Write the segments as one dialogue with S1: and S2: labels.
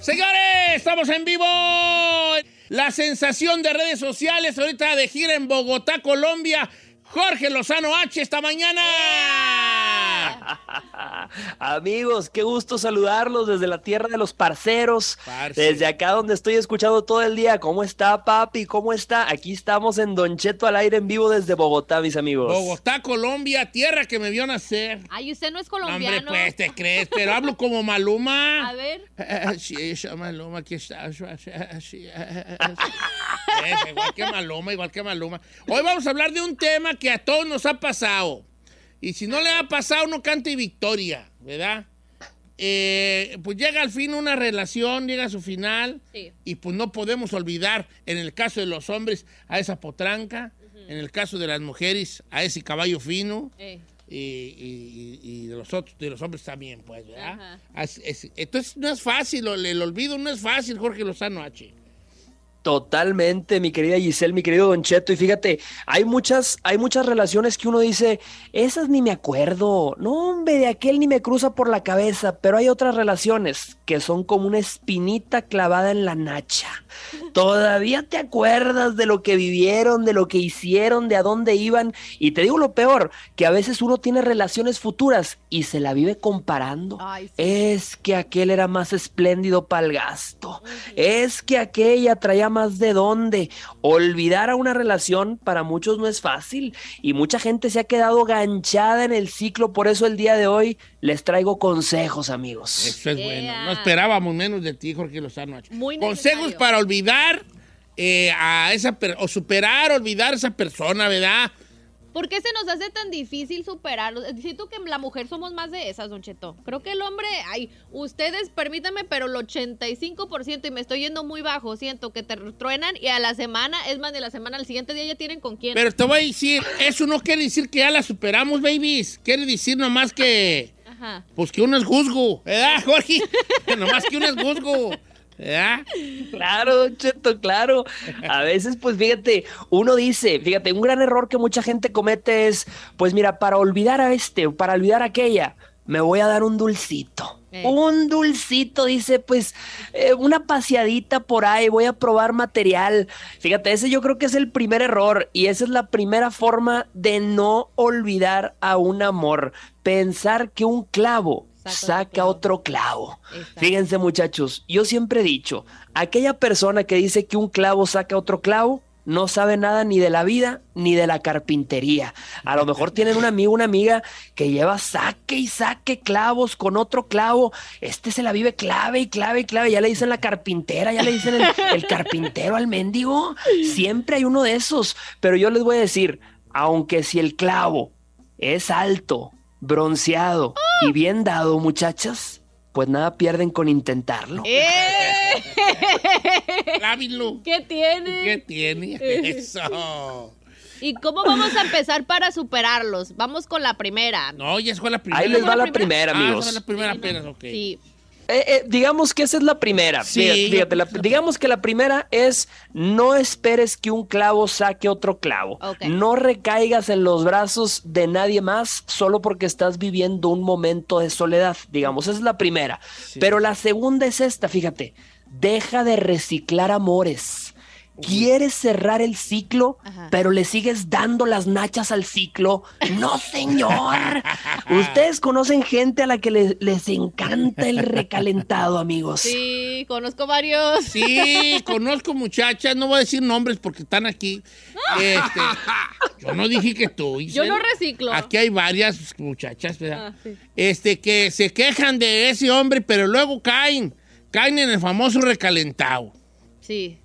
S1: Señores, estamos en vivo. La sensación de redes sociales ahorita de gira en Bogotá, Colombia. Jorge Lozano H esta mañana.
S2: Amigos, qué gusto saludarlos desde la tierra de los parceros,
S1: Parce.
S2: desde acá donde estoy escuchando todo el día. ¿Cómo está, papi? ¿Cómo está? Aquí estamos en Don Cheto al aire en vivo desde Bogotá, mis amigos.
S1: Bogotá, Colombia, tierra que me vio nacer.
S3: Ay, usted no es
S1: No,
S3: colombiano.
S1: Hombre, pues te crees, pero hablo como Maluma.
S3: A ver,
S1: Ah, Sí, esa Maluma que está. sí, ah, sí, ah, ah, sí. Es igual que Maluma, igual que Maluma. Hoy vamos a hablar de un tema que a todos nos ha pasado. Y si no le ha pasado, no cante victoria, ¿verdad? Eh, pues llega al fin una relación, llega a su final.
S3: Sí.
S1: Y pues no podemos olvidar, en el caso de los hombres, a esa potranca. En el caso de las mujeres, a ese caballo fino
S3: eh,
S1: y, y- y- y de, los otros, de los hombres también, pues, ¿verdad?
S3: Ajá.
S1: Así es. entonces no es fácil, el, el olvido no es fácil, Jorge Lozano H.
S2: Totalmente, mi querida Giselle, mi querido Don Cheto. Y fíjate, hay muchas, hay muchas relaciones que uno dice, esas ni me acuerdo. No, hombre, de aquel ni me cruza por la cabeza. Pero hay otras relaciones que son como una espinita clavada en la nacha. Todavía te acuerdas de lo que vivieron, de lo que hicieron, de a dónde iban. Y te digo lo peor, que a veces uno tiene relaciones futuras y se la vive comparando.
S3: Ay, sí.
S2: Es que aquel era más espléndido para el gasto. Es que aquella traía más de dónde. Olvidar a una relación para muchos no es fácil y mucha gente se ha quedado ganchada en el ciclo. Por eso el día de hoy les traigo consejos, amigos.
S1: Eso es
S3: Ea.
S1: bueno. No esperábamos menos de ti, Jorge Lozano H.
S3: Muy necesario.
S1: Consejos para olvidar eh, a esa per- o superar, olvidar a esa persona, ¿verdad?
S3: ¿por qué se nos hace tan difícil superarlos? Siento que la mujer somos más de esas, Don Cheto. Creo que el hombre, ay, ustedes, permítanme, pero el 85% y me estoy yendo muy bajo, siento que te truenan y a la semana, es más, de la semana al siguiente día ya tienen con quién.
S1: Pero te voy a decir, eso no quiere decir que ya la superamos, babies. Quiere decir nomás que,
S3: Ajá.
S1: pues que uno es juzgo, ¿verdad, Jorge? nomás que uno es juzgo, ¿verdad?
S2: Claro, Don Cheto, claro. A veces, pues fíjate, uno dice, fíjate, un gran error que mucha gente comete es, pues mira, para olvidar a este, o para olvidar a aquella, me voy a dar un dulcito.
S3: Eh.
S2: Un dulcito, dice, pues eh, una paseadita por ahí, voy a probar material. Fíjate, ese yo creo que es el primer error y esa es la primera forma de no olvidar a un amor. Pensar que un clavo
S3: Saca otro
S2: saca
S3: clavo.
S2: otro clavo.
S3: Exacto.
S2: Fíjense muchachos, yo siempre he dicho, aquella persona que dice que un clavo saca otro clavo, no sabe nada ni de la vida ni de la carpintería. A lo mejor tienen un amigo, una amiga que lleva saque y saque clavos con otro clavo. Este se la vive clave y clave y clave. Ya le dicen la carpintera, ya le dicen el, el carpintero al mendigo. Siempre hay uno de esos. Pero yo les voy a decir, aunque si el clavo es alto, bronceado y bien dado, muchachas, pues nada pierden con intentarlo.
S3: ¡Eh!
S1: Clávilo.
S3: ¿Qué tienen?
S1: ¿Qué tiene eso?
S3: ¿Y cómo vamos a empezar para superarlos? Vamos con la primera.
S1: No, ya fue la primera.
S2: Ahí les va la
S3: la primera?
S2: primera,
S1: Ah, esa fue
S2: amigos.
S1: la primera apenas, ok.
S3: Sí.
S2: Eh, eh, digamos que esa es la primera.
S1: Sí,
S2: Fíjate,
S1: yo
S2: fíjate, la-
S1: creo que es la
S2: digamos que la primera es no esperes que un clavo saque otro clavo.
S3: Ok.
S2: No recaigas en los brazos de nadie más solo porque estás viviendo un momento de soledad. Digamos, esa es la primera. Pero la segunda es esta, fíjate. deja de reciclar amores. ¿Quieres cerrar el ciclo,
S3: Ajá.
S2: pero le sigues dando las nachas al ciclo? No, señor. Ustedes conocen gente a la que les, les encanta el recalentado, amigos.
S3: Sí, conozco varios.
S1: Sí, conozco muchachas, no voy a decir nombres porque están aquí. Este, yo no dije que tú.
S3: Yo
S1: Giselle.
S3: no reciclo.
S1: Aquí hay varias muchachas, ¿verdad?
S3: Ah, sí.
S1: Este, que se quejan de ese hombre, pero luego caen. Caen en el famoso recalentado.
S3: Sí.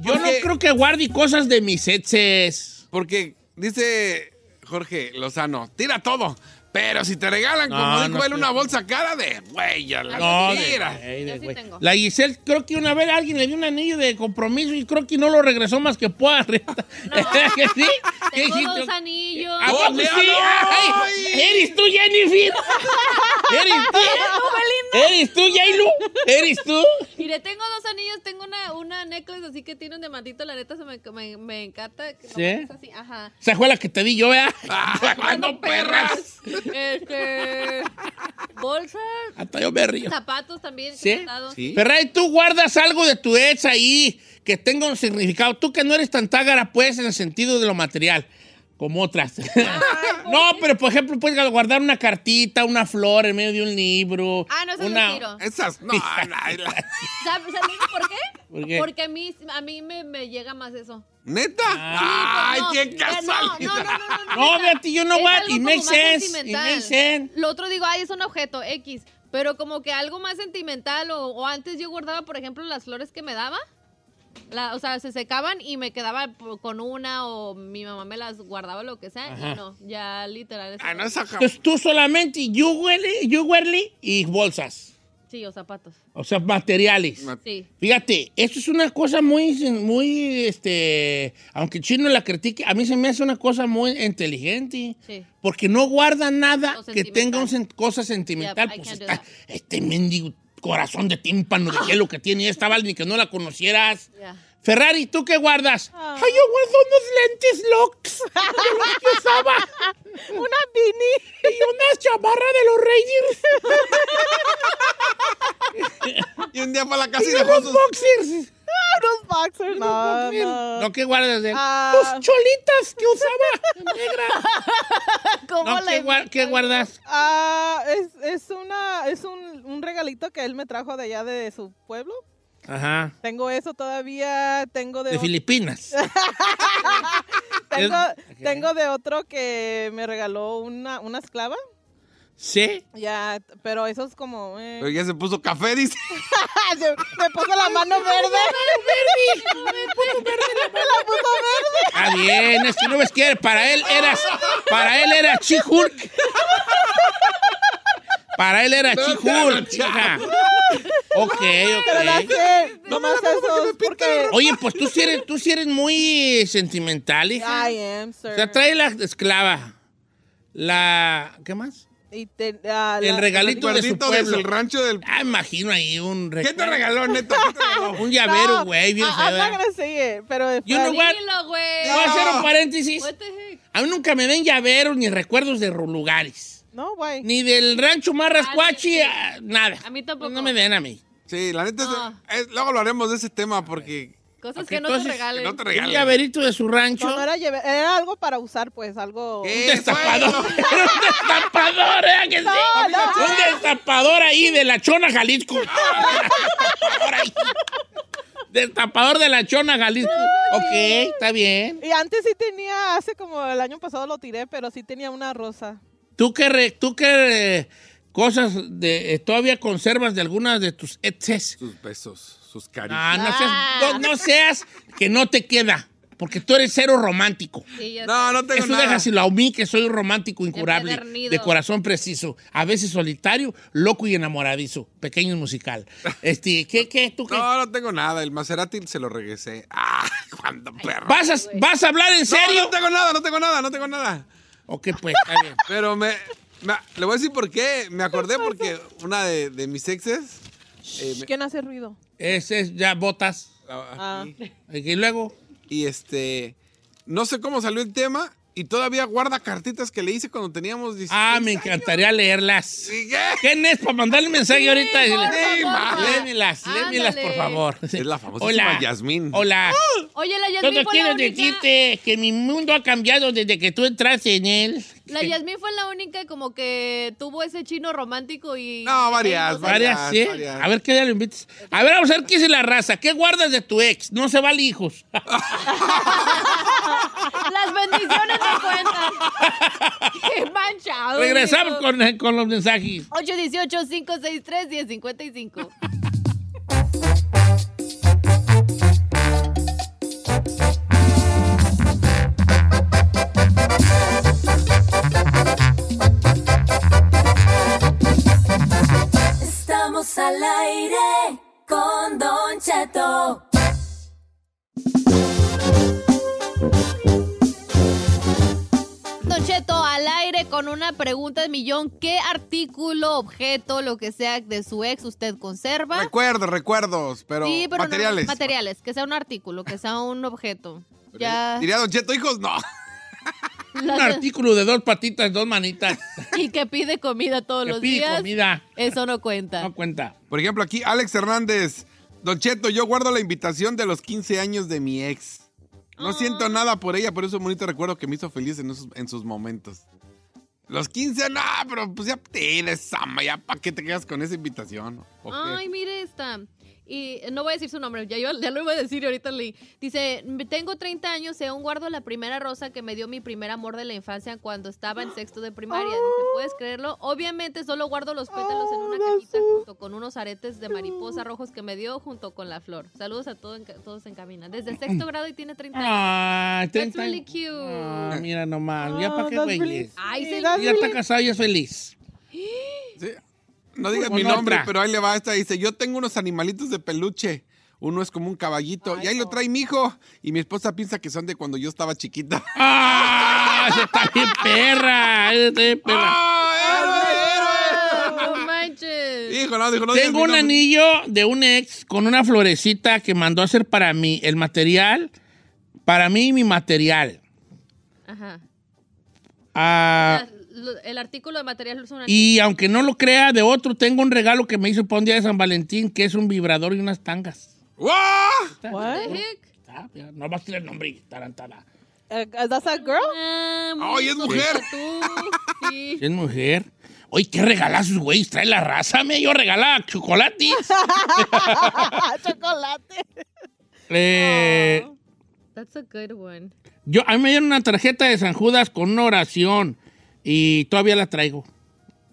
S1: Yo no
S4: Porque-
S1: creo que guarde cosas de mis exes.
S4: Porque dice Jorge Lozano, tira todo. Pero si te regalan,
S1: No,
S4: como dijo
S1: no
S4: él,
S1: estoy-
S4: una bolsa cara de güey, ya la
S1: No, de-
S4: tira.
S1: eh, de
S3: Yo sí
S1: güey.
S3: tengo.
S1: La Giselle, creo que una vez alguien le dio un anillo de compromiso y creo que no lo regresó más que pueda. ¿Que sí? ¿Qué
S3: Tengo
S1: dijiste? Ah,
S3: dos anillos.
S1: ¿A poco
S4: ¡Oh,
S1: sí?
S4: ¡Ay!
S1: ¡Ay! ¡Eres tú, Jennifer! ¿Eres tú? ¿Eres tú, Jailu? ¿Eres tú?
S3: Mire, tengo dos anillos, tengo una, una necklace así que tiene un diamantito, la neta se me, me, me encanta. que
S1: ¿Sí?
S3: nomás es así, ajá.
S1: Esa fue la que te di yo, ¿verdad?
S4: Ah, ¡Cuando perras!
S3: Este, bolsas,
S1: Hasta yo me río.
S3: zapatos también.
S1: ¿Sí?
S3: calzado.
S4: Sí.
S1: Ferrari, tú guardas algo de tu ex ahí que tenga un significado. Tú que no eres tan tágara, pues, en el sentido de lo material. como otras. no, pero por ejemplo, puedes guardar una cartita, una flor en medio de un libro.
S3: Ah, no, eso
S1: una...
S3: es un tiro.
S4: Esas, no, no, no.
S3: ¿Sabes sabes por qué?
S1: ¿Por qué?
S3: Porque a mí, a mí me, me llega más eso.
S4: ¿Neta?
S1: Ah.
S3: Sí,
S4: ¡Ay,
S3: pues, no.
S4: qué
S3: Eh,
S4: casualidad!
S3: No, no, no, no, no.
S1: No,
S3: neta.
S1: fíjate, you know
S3: Es
S1: what,
S3: algo
S1: it
S3: como
S1: makes
S3: más
S1: sense, it
S3: sentimental.
S1: makes sense.
S3: Lo otro digo, ay, es un objeto, X. Pero como que algo más sentimental, o, o antes yo guardaba, por ejemplo, las flores que me daba. La- o sea, se secaban y me quedaba por- con una, o mi mamá me las guardaba, lo que sea.
S1: Ajá.
S3: Y no, ya literal. es-
S4: Ah, no, esa jam-
S1: Entonces tú solamente you Werly- you Werly y bolsas.
S3: Sí, o zapatos.
S1: O sea, materiales.
S4: Ma-
S3: Sí.
S1: Fíjate, esto es una cosa muy, muy, este, aunque el Chino la critique, a mí se me hace una cosa muy inteligente.
S3: Sí.
S1: Porque no guarda nada
S3: O
S1: que
S3: sentimental.
S1: tenga un sen- cosa sentimental.
S3: Yeah, I
S1: pues
S3: can't do
S1: está-
S3: that.
S1: este mendigo corazón de tímpano de hielo que tiene esta, vale, ni que no la conocieras.
S3: Ya.
S1: Ferrari, ¿tú qué guardas?
S3: Ah.
S1: Ay, yo guardo unos lentes locks de los que usaba. una mini. Y una chamarra de los Rangers.
S4: Y un día para la casa y
S1: Y
S4: dejó
S1: unos
S4: sus...
S1: boxers.
S5: Unos boxers, no, no.
S1: No, ¿qué guardas de él?
S5: Ah.
S1: Tus cholitas que usaba negra.
S3: ¿Cómo
S1: No, ¿qué, guar- qué guardas?
S5: Ah, es, es una, es un, un regalito que él me trajo de allá de su pueblo.
S1: Ajá.
S5: Tengo eso todavía, tengo de,
S1: De
S5: ot-
S1: Filipinas.
S5: tengo,
S1: Ok.
S5: tengo de otro que me regaló una, una esclava.
S1: ¿Sí?
S5: Ya, t- pero eso es como eh.
S4: Pero ya se puso café, dice.
S5: Se- me puso la mano verde. Me la puso verde.
S1: Está ah, bien, es que no ves que para él eras, para él era Chihulk. Para él era Chihulk. hija. Ok,
S5: Pero no
S1: ok.
S5: sé, nomás eso es porque
S1: Oye, pues tú sí eres, tú sí eres muy sentimental, hija.
S5: I am, sir.
S1: O sea, trae la esclava, la, ¿qué más?
S5: Y te- ah,
S1: El
S5: la-
S1: regalito de su
S4: Cuadrito desde el
S1: pueblo.
S4: rancho del...
S1: Ah, imagino ahí un
S4: ¿Qué te
S1: recuerdo.
S4: regaló, Neto? ¿Qué te regaló?
S1: Un
S5: No, ah,
S1: llavero, güey, bien
S5: I-
S3: Ah,
S1: feo, ¿eh?
S5: I'm not
S1: ¿verdad?
S5: gonna say it, eh, pero
S1: You
S5: fue-
S1: know what?
S3: Dilo, güey.
S1: Voy a hacer un paréntesis.
S3: What the heck?
S1: A mí nunca me ven llaveros ni recuerdos de lugares.
S5: No, why?
S1: Ni del rancho más rascuachi, ah, nada.
S3: A mí tampoco.
S1: No me den a mí.
S4: Sí, la neta, es-
S1: Ah.
S3: No.
S4: es- luego hablaremos de ese tema porque...
S3: Cosas
S1: Ok,
S3: que no
S1: entonces,
S3: te regalen.
S4: que no te
S1: Un
S4: regalen.
S1: llaverito de su rancho.
S5: No, no
S1: Un
S5: era lleve- era algo para usar, pues, algo.
S4: ¿Qué fue?
S1: destapador. Era un destapador, ¿eh? que sí? Un destapador ahí de la chona Jalisco. Destapador ahí. Destapador de la chona Jalisco. Ok, está bien.
S5: Y antes sí tenía, hace como el año pasado lo tiré, pero sí tenía una rosa.
S1: ¿Tú qué, re- tú qué eh, cosas de, eh, todavía conservas de algunas de tus exes?
S4: Sus besos, sus caricias.
S1: No, no seas,
S3: Ah.
S1: no, no seas que no te queda, porque tú eres cero romántico.
S3: Sí, ya
S4: No,
S3: sé.
S4: no tengo
S1: Eso
S4: nada.
S1: déjaselo a mí, que soy un romántico incurable,
S3: Empedernido.
S1: de corazón preciso, a veces solitario, loco y enamoradizo, pequeño y musical. Este, ¿qué, qué, tú qué?
S4: No, no tengo nada. El Maserati se lo regresé. ¡Ah! ¡Cuánto perro!
S1: ¿Vas, a, ¿Vas a hablar en
S4: No,
S1: serio?
S4: no tengo nada, no tengo nada, no tengo nada.
S1: Ok, pues, está bien.
S4: Pero me, me- Le voy a decir por qué. Me acordé porque una de, de mis exes. eh, me-
S5: ¿Quién hace ruido?
S1: Ese es ya botas. Ah.
S4: la- ah, aquí,
S1: Y luego,
S4: Y este. No sé cómo salió el tema. Y todavía guarda cartitas que le hice cuando teníamos 16
S1: ah, me
S4: años.
S1: encantaría leerlas.
S4: ¿Y qué?
S1: ¿Quién es? Para mandarle mensaje ahorita. y decirle,
S3: porfa,
S1: "Ey, ma,
S3: porfa.
S1: léemelas, léemelas, por
S3: Ándale.
S1: favor.
S4: Es la famosísima Yasmín.
S1: Hola.
S3: Oye, la
S1: Solo
S3: Yasmín fue la
S1: quiero
S3: única.
S1: decirte que mi mundo ha cambiado desde que tú entraste en él.
S3: La Yasmín fue la única como que tuvo ese chino romántico y.
S4: No, varias, varias.
S1: Varias, ¿sí?
S4: varias.
S1: A ver qué día lo invites. A ver, vamos a ver qué dice la raza. ¿Qué guardas de tu ex? No se vale hijos.
S3: Las bendiciones te cuentan. Qué manchado.
S1: Regresamos con, con los mensajes.
S3: 818-563-1055.
S6: Estamos al aire con Don Cheto.
S3: Don Cheto, al aire con una pregunta de millón. ¿Qué artículo, objeto, lo que sea de su ex usted conserva?
S4: Recuerdos, recuerdos, pero,
S3: sí, pero no-
S4: materiales.
S3: materiales, que sea un artículo, que sea un objeto. Ya.
S4: Diría Don Cheto, hijos, no.
S1: Un artículo de dos patitas, dos manitas.
S3: Y que pide comida todos
S1: Que
S3: los
S1: pide
S3: días.
S1: comida.
S3: Eso no cuenta.
S1: No cuenta.
S4: Por ejemplo, aquí Alex Hernández. Don Cheto, yo guardo la invitación de los 15 años de mi ex.
S3: Ah.
S4: No siento nada por ella, pero es un bonito recuerdo que me hizo feliz en, esos- en sus momentos. Los 15, no, pero pues ya tienes, Sama, ya para qué te quedas con esa invitación. ¿O qué?
S3: Ay, mire esta. Y eh, no voy a decir su nombre, ya, yo- ya lo iba a decir y ahorita leí. Dice, tengo 30 años y aún guardo la primera rosa que me dio mi primer amor de la infancia cuando estaba en sexto de primaria. Dice, ¿puedes creerlo? Obviamente solo guardo los pétalos en una cajita junto con unos aretes de mariposa rojos que me dio junto con la flor. Saludos a todo en ca- todos en cabina. Desde sexto grado y tiene 30
S1: Ah. Ay,
S3: años. That's
S1: 30
S3: really cute.
S1: Ah, mira nomás, ya para qué eh.
S5: that's
S1: güeyes.
S5: really-
S3: Ay,
S5: Sí,
S3: señor.
S5: that's
S1: Ya está
S5: really-
S1: casado y es feliz.
S4: Sí. No digas
S1: Con
S4: mi nombre,
S1: otra.
S4: pero ahí le va esta. Dice, yo tengo unos animalitos de peluche. Uno es como un caballito. y ahí lo trae mi hijo. Y mi esposa piensa que son de cuando yo estaba chiquita.
S1: ¡Ah! ¡Se está bien perra! esa está bien perra.
S4: ¡Ah, héroe, héroe!
S3: No manches.
S4: Dijo, no, dijo, no digas
S1: Tengo
S4: mi
S1: un
S4: nombre.
S1: anillo de un ex con una florecita que mandó a hacer para mí. El material, para mí mi material.
S3: Ajá.
S1: Ah,
S3: Ah, lo- El artículo de material es una...
S1: y aunque no lo crea de otro, tengo un regalo que me hizo para un día de San Valentín, que es un vibrador y unas tangas.
S4: ¡Guau!
S5: What?
S3: ¿What the heck?
S1: Ah, mira, No vas a tener nombre, tarantala.
S5: Uh, that's a girl?
S3: Ah, muy
S4: Ay, es
S3: sopita
S4: mujer.
S3: tú. Sí.
S1: Es mujer. Oye, ¿qué regalazos, güey? Trae la raza, me. Yo regalaba chocolates.
S5: Chocolate.
S1: Eh,
S3: That's a good one.
S1: yo, a mí me dieron una tarjeta de San Judas con una oración y todavía la traigo.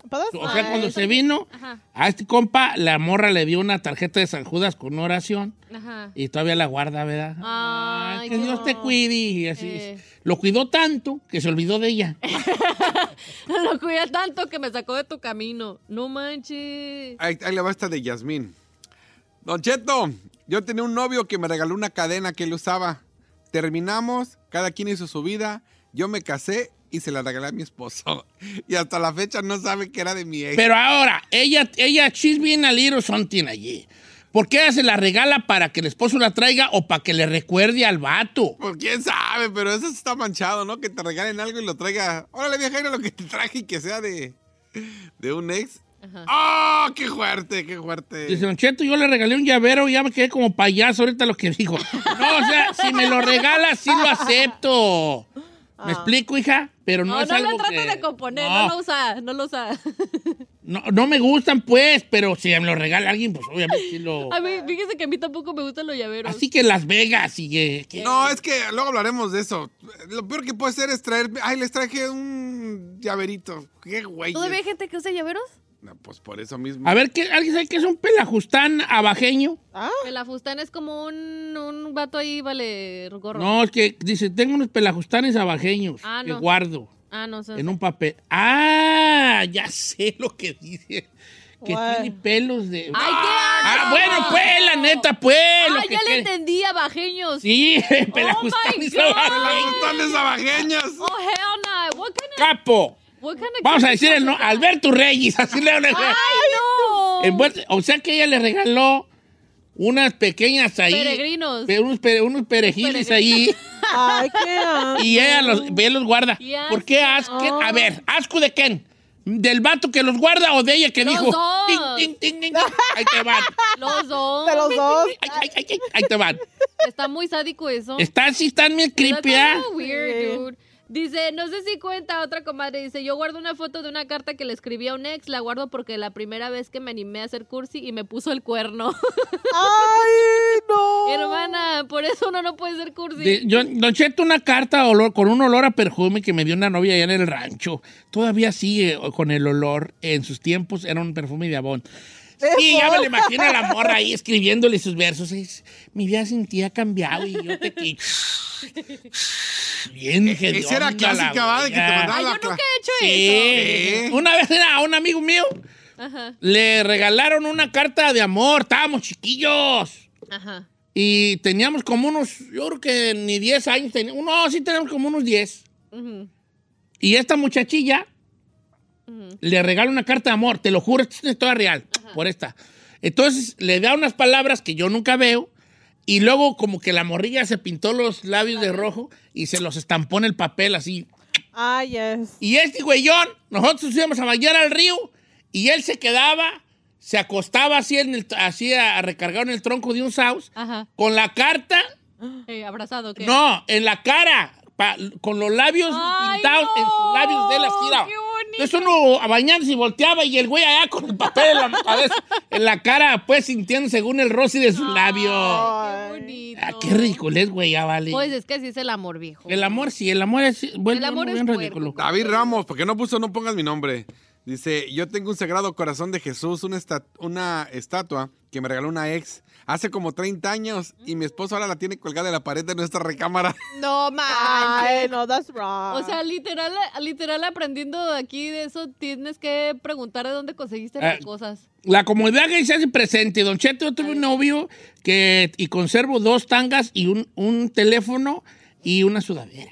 S5: But that's
S1: O sea,
S5: nice.
S1: cuando se vino
S3: Ajá,
S1: a este compa, la morra le dio una tarjeta de San Judas con una oración
S3: ajá.
S1: y todavía la guarda, ¿verdad?
S3: Ay,
S1: que
S3: qué
S1: Dios te
S3: bo-
S1: cuide y así.
S3: Eh.
S1: Lo cuidó tanto que se olvidó de ella.
S3: Lo cuidé tanto que me sacó de tu camino. No manches.
S4: Ahí, ahí le va esta de Yasmín. Don Cheto, yo tenía un novio que me regaló una cadena que él usaba. Terminamos, cada quien hizo su vida. Yo me casé y se la regalé a mi esposo. Y hasta la fecha no sabe que era de mi ex.
S1: Pero ahora, ella, ella, she's being a little something allí. ¿Por qué ella se la regala para que el esposo la traiga o para que le recuerde al vato?
S4: Pues quién sabe, pero eso está manchado, ¿no? Que te regalen algo y lo traiga. Órale, vieja, era lo que te traje y que sea de, de un ex. ¡Oh, qué fuerte, qué fuerte!
S1: Dice, Don Cheto, yo le regalé un llavero y ya me quedé como payaso ahorita lo que dijo. No, o sea, si me lo regala, sí lo acepto. ¿Me explico, hija? Pero no,
S3: Ah. No,
S1: es
S3: no,
S1: algo
S3: lo trato
S1: que-
S3: de componer, no.
S1: No,
S3: lo usa, no lo usa.
S1: no, no me gustan, pues, pero si me lo regala alguien, pues obviamente sí lo...
S3: A mí, fíjese que a mí tampoco me gustan los llaveros.
S1: Así que Las Vegas y... eh, que-
S4: No, es que luego hablaremos de eso. Lo peor que puede ser es traer. Ay, les traje un llaverito. Qué güey.
S3: ¿Todavía hay gente que usa llaveros?
S4: No, pues por eso mismo.
S1: A ver, ¿qué, ¿alguien sabe qué es un pelajustán abajeño?
S3: El afustán es como un, un vato ahí, vale, gorro.
S1: No, es que dice, tengo unos pelajustanes abajeños
S3: Ah,
S1: que
S3: no.
S1: guardo
S3: Ah, no sé.
S1: en un papel. ¡Ah! Ya sé lo que dice. Que
S5: What?
S1: tiene pelos de...
S3: ¡Ay, qué
S1: Ah,
S3: asco!
S1: bueno, pues, la neta, pues. lo
S3: Ah,
S1: que
S3: ya le
S1: quede.
S3: entendí, abajeños.
S1: Sí,
S3: my
S1: pelajustanes
S3: God.
S1: abajeños.
S4: ¡Pelajustanes abajeños!
S3: Oh, hell no. What kind of,
S1: Capo.
S3: what kind of
S1: Vamos a decir el no, Alberto Reyes, así le van a-
S3: ¡Ay, no!
S1: Envuelto- O sea que ella le regaló unas pequeñas ahí.
S3: Peregrinos.
S1: pe- Unos, pere- unos perejiles ahí.
S3: Peregrinos.
S5: Ay, qué asco.
S1: Y ella los, ve, los guarda.
S3: Qué asco.
S1: ¿Por qué asco? A ver, ¿asco de quién? ¿Del vato que los guarda o de ella que
S3: Los
S1: dijo?
S3: dos.
S1: "Ting, ting, ting, ting, ting"? Ahí te van.
S3: Los dos.
S5: De los dos.
S1: Ay, ay, ay, ay, ahí te van.
S3: Está muy sádico eso.
S1: Están, sí, están bien creepy,
S3: That's a
S1: ¿ah?
S3: little weird,
S5: Sí.
S3: dude. Dice, no sé si cuenta otra comadre. Dice, yo guardo una foto de una carta que le escribí a un ex. La guardo porque la primera vez que me animé a hacer cursi y me puso el cuerno.
S5: Ay,
S3: Oh.
S5: no.
S3: Hermana, por eso uno no puede ser cursi.
S1: De- yo, don Cheto, una carta olor, con un olor a perfume que me dio una novia allá en el rancho. Todavía sigue con el olor. En sus tiempos era un perfume de abón. Sí, ya me lo imagino a la morra ahí escribiéndole sus versos. Es, mi vida sin ti ha cambiado y yo te quito. Bien,
S4: Esa E-, era
S1: hedionda la
S4: clásica, ¿va? De que te
S1: huella.
S4: mandaban
S3: Ay, yo
S4: la
S3: nunca
S4: cla-
S3: he hecho
S1: Sí.
S4: Sí.
S1: Una vez era a un amigo mío. Le regalaron una carta de amor. Estábamos chiquillos.
S3: eso. Ajá.
S1: Y teníamos como unos, yo creo que ni 10 años. teni- No, sí teníamos como unos 10.
S3: Ujú.
S1: Y esta muchachilla le regala una carta de amor, te lo juro, esto es una historia real, por esta. Entonces le da unas palabras que yo nunca veo y luego como que la morrilla se pintó los labios de rojo y se los estampó en el papel así.
S5: Ay, yes.
S1: Y este güeyón, nosotros nos íbamos a bañar al río y él se quedaba, se acostaba así, en el, así a, recargado en el tronco de un saus
S3: Ajá.
S1: con la carta
S3: Eh, abrazado, ¿qué?
S1: No, en la cara, pa- con los labios
S3: Ay,
S1: pintados en sus
S3: no,
S1: labios de la tira.
S3: qué bonito.
S1: Entonces uno a bañarse y volteaba y el güey allá con el papel en la, cabeza, en la cara, pues sintiendo según el roce de sus labios. Ah,
S3: Ay, qué bonito.
S1: qué ridiculez, güey, ya vale.
S3: Pues es que sí es el amor, viejo.
S1: el amor sí, el amor es bueno,
S3: El amor
S1: no,
S3: es
S1: bien
S3: puerco.
S1: ridículo.
S4: David Ramos, ¿por qué no puso no pongas mi nombre? Dice, yo tengo un sagrado corazón de Jesús, una, esta- una estatua que me regaló una ex hace como 30 años y mi esposo ahora la tiene colgada en la pared de nuestra recámara.
S3: No, man.
S5: Ay, no, that's wrong.
S3: O sea, literal, literal aprendiendo de aquí de eso, tienes que preguntar de dónde conseguiste
S1: Ah.
S3: las cosas.
S1: La comodidad que se hace presente. Don Cheto, yo tuve un novio que, y conservo dos tangas y un, un teléfono y una sudadera.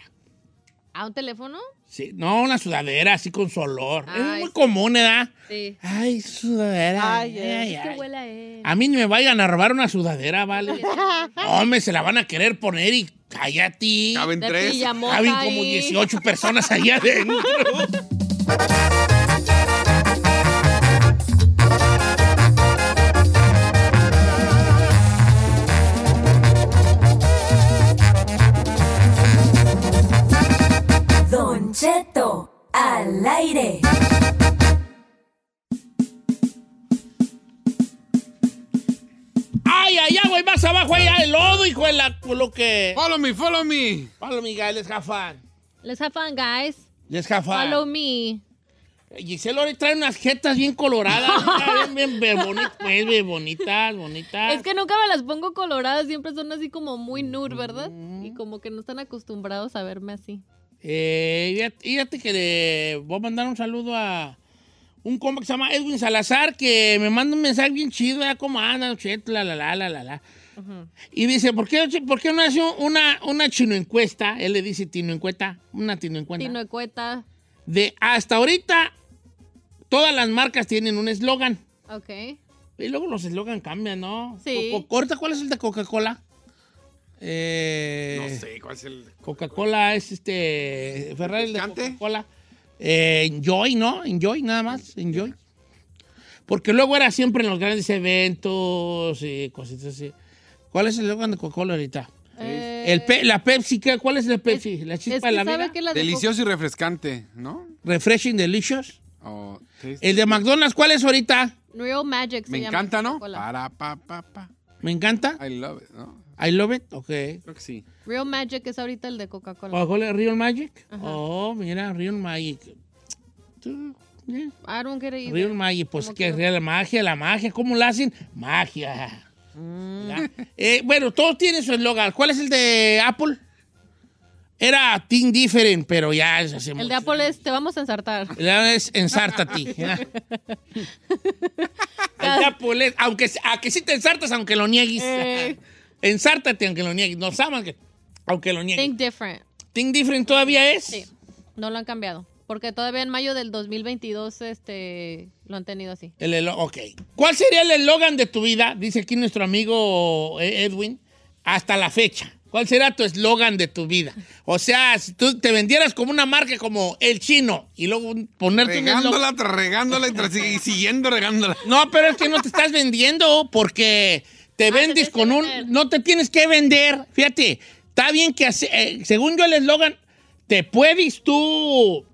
S3: ¿A un teléfono?
S1: Sí, no, una sudadera así con su olor. es
S3: Ay,
S1: muy
S3: sí.
S1: común, ¿verdad?
S3: Sí.
S1: Ay, sudadera.
S5: Ay,
S1: ay, ay,
S3: ¿Qué
S1: ay.
S3: huela es?
S1: A mí ni me vayan a robar una sudadera, ¿vale? No, Hombre, se la van a querer poner y cállate.
S4: Caben
S3: De
S4: tres.
S3: pijamosa
S1: Caben como
S3: ahí.
S1: 18 personas allá adentro.
S6: Don Cheto al aire.
S1: Ay, ay, ay, güey, más abajo allá el lodo, hijo de la culo que.
S4: Follow me, follow me.
S1: Pablo Miguel, les jafán.
S3: Let's have fun, guys.
S1: Les jafán.
S3: Follow me.
S1: Giselle ahorita trae unas jetas bien coloradas, bien, bien, bien bonitas, pues, bien bonitas, bonitas.
S3: Es que nunca me las pongo coloradas, siempre son así como muy
S1: Mm-hmm.
S3: nude, ¿verdad? Y como que no están acostumbrados a verme así.
S1: Eh, fíjate- fíjate que le voy a mandar un saludo a un compa que se llama Edwin Salazar, que me manda un mensaje bien chido, ya como anda, Don Cheto, la, la, la, la, la, la. Y dice, ¿por qué, por qué no hace una, una chino encuesta? Él le dice tino encuesta, una tino encuesta.
S3: Tinoecueta.
S1: De hasta ahorita, todas las marcas tienen un eslogan.
S3: Ok.
S1: Y luego los eslogan cambian, ¿no?
S3: Sí.
S1: Co- co- Corta, ¿cuál es el de Coca-Cola? Eh,
S4: No sé, ¿cuál es el...?
S1: Coca-Cola es este. Ferrari el de
S4: ¿Refrescante?
S1: Coca-Cola. Eh, enjoy, ¿no? Enjoy, nada más. Enjoy. Porque luego era siempre en los grandes eventos y cositas así. ¿Cuál es el eslogan de Coca-Cola ahorita?
S3: Eh,
S1: El pe- la Pepsi, ¿qué? ¿cuál es la Pepsi? la
S3: es que
S1: chispa de la
S3: sabe
S1: vida.
S3: que la de
S4: Delicioso y refrescante, ¿no?
S1: Refreshing Delicious.
S4: O taste-
S1: El de McDonald's, ¿cuál es ahorita?
S3: Coca- Real Magic se
S4: Me
S3: llama
S4: encanta, ¿no?
S3: Coca-Cola.
S4: Para, pa, pa, pa.
S1: Me encanta.
S4: I love it, ¿no?
S1: I love it. Ok.
S4: Creo que sí.
S3: Real Magic es ahorita el de Coca-Cola.
S1: Coca-Cola Real Magic. Oh, mira, Real Magic. Tú, mira.
S3: I don't get it either.
S1: Real Magic, pues
S3: Como
S1: que
S3: que-
S1: real magia, la magia, ¿cómo la hacen? Magia.
S3: Mm.
S1: ¿Verdad? Eh, bueno, todos tienen su eslogan. ¿Cuál es el de Apple? Era Team Different, pero ya es hace
S3: El de
S1: mucho.
S3: Apple es, te vamos a ensartar.
S1: El de es ensártate. ¿verdad? el de Apple es, aunque, a que sí te ensartas, aunque lo niegues.
S3: Eh.
S1: Ensártate, aunque lo niegues. Nos aman, que- aunque lo niegues.
S3: Think different.
S1: Team Different todavía es.
S3: Sí, no lo han cambiado. Porque todavía en mayo del 2022 este, lo han tenido así.
S1: El elo- ok. ¿Cuál sería el eslogan de tu vida? Dice aquí nuestro amigo eh, Edwin. Hasta la fecha. ¿Cuál será tu eslogan de tu vida? O sea, si tú te vendieras como una marca como El Chino y luego un- ponerte un eslogan.
S4: Regándola, tras regándola y, tras- y siguiendo regándola.
S1: No, pero es que no te estás vendiendo porque te vendes
S3: Ah, tienes que
S1: con un...
S3: vender.
S1: No te tienes que vender. Fíjate, está bien que... hace- eh, según yo el eslogan, te puedes tú...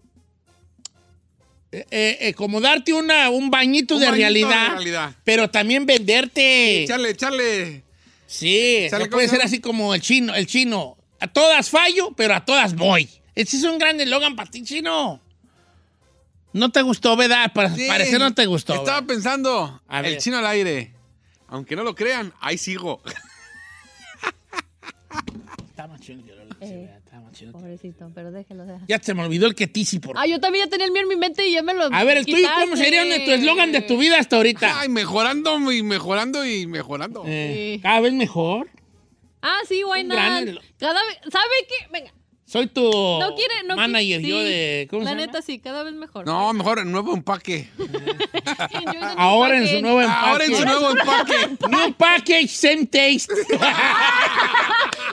S1: eh, eh, eh, como darte una, un bañito,
S4: Un
S1: de,
S4: bañito de
S1: realidad,
S4: realidad.
S1: pero también venderte.
S4: Échale, échale.
S1: Sí,
S4: ¿Sabe
S1: no
S4: cómo
S1: puede
S4: se
S1: ser
S4: llama?
S1: así como el chino, el chino. A todas fallo, pero a todas voy. Ese es un gran eslogan para ti, chino. No te gustó, ¿verdad? Para
S4: Sí.
S1: parecer no te gustó.
S4: Estaba
S1: ¿verdad?
S4: pensando,
S1: A ver.
S4: el chino al aire. Aunque no lo crean, ahí sigo.
S1: Está más chino que lo que se
S3: Eh.
S1: vea, está más chino que-
S3: Pobrecito, pero déjelo. deja.
S1: Ya se me olvidó el que tizi por.
S3: Ah, yo también ya tenía el mío en mi mente y ya me lo.
S1: a ver, el tuyo, ¿cómo
S3: quitaste.
S1: sería un- tu eslogan de tu vida hasta ahorita?
S4: Ay, mejorando y mejorando y mejorando.
S1: Eh,
S3: sí.
S1: Cada vez mejor.
S3: Ah, sí, why
S1: Un
S3: not?
S1: gran eslo-
S3: Cada vez. ¿Sabe qué? Venga,
S1: Soy tu
S3: no quiere. No
S1: manager,
S3: quiere- sí.
S1: yo de. ¿Cómo
S3: La
S1: se llama?
S3: neta, sí, cada vez mejor.
S4: No, mejor el nuevo empaque.
S3: Yo en el
S1: Ahora en su
S3: package.
S1: nuevo empaque.
S4: Ahora en su nuevo empaque.
S1: New package, same taste.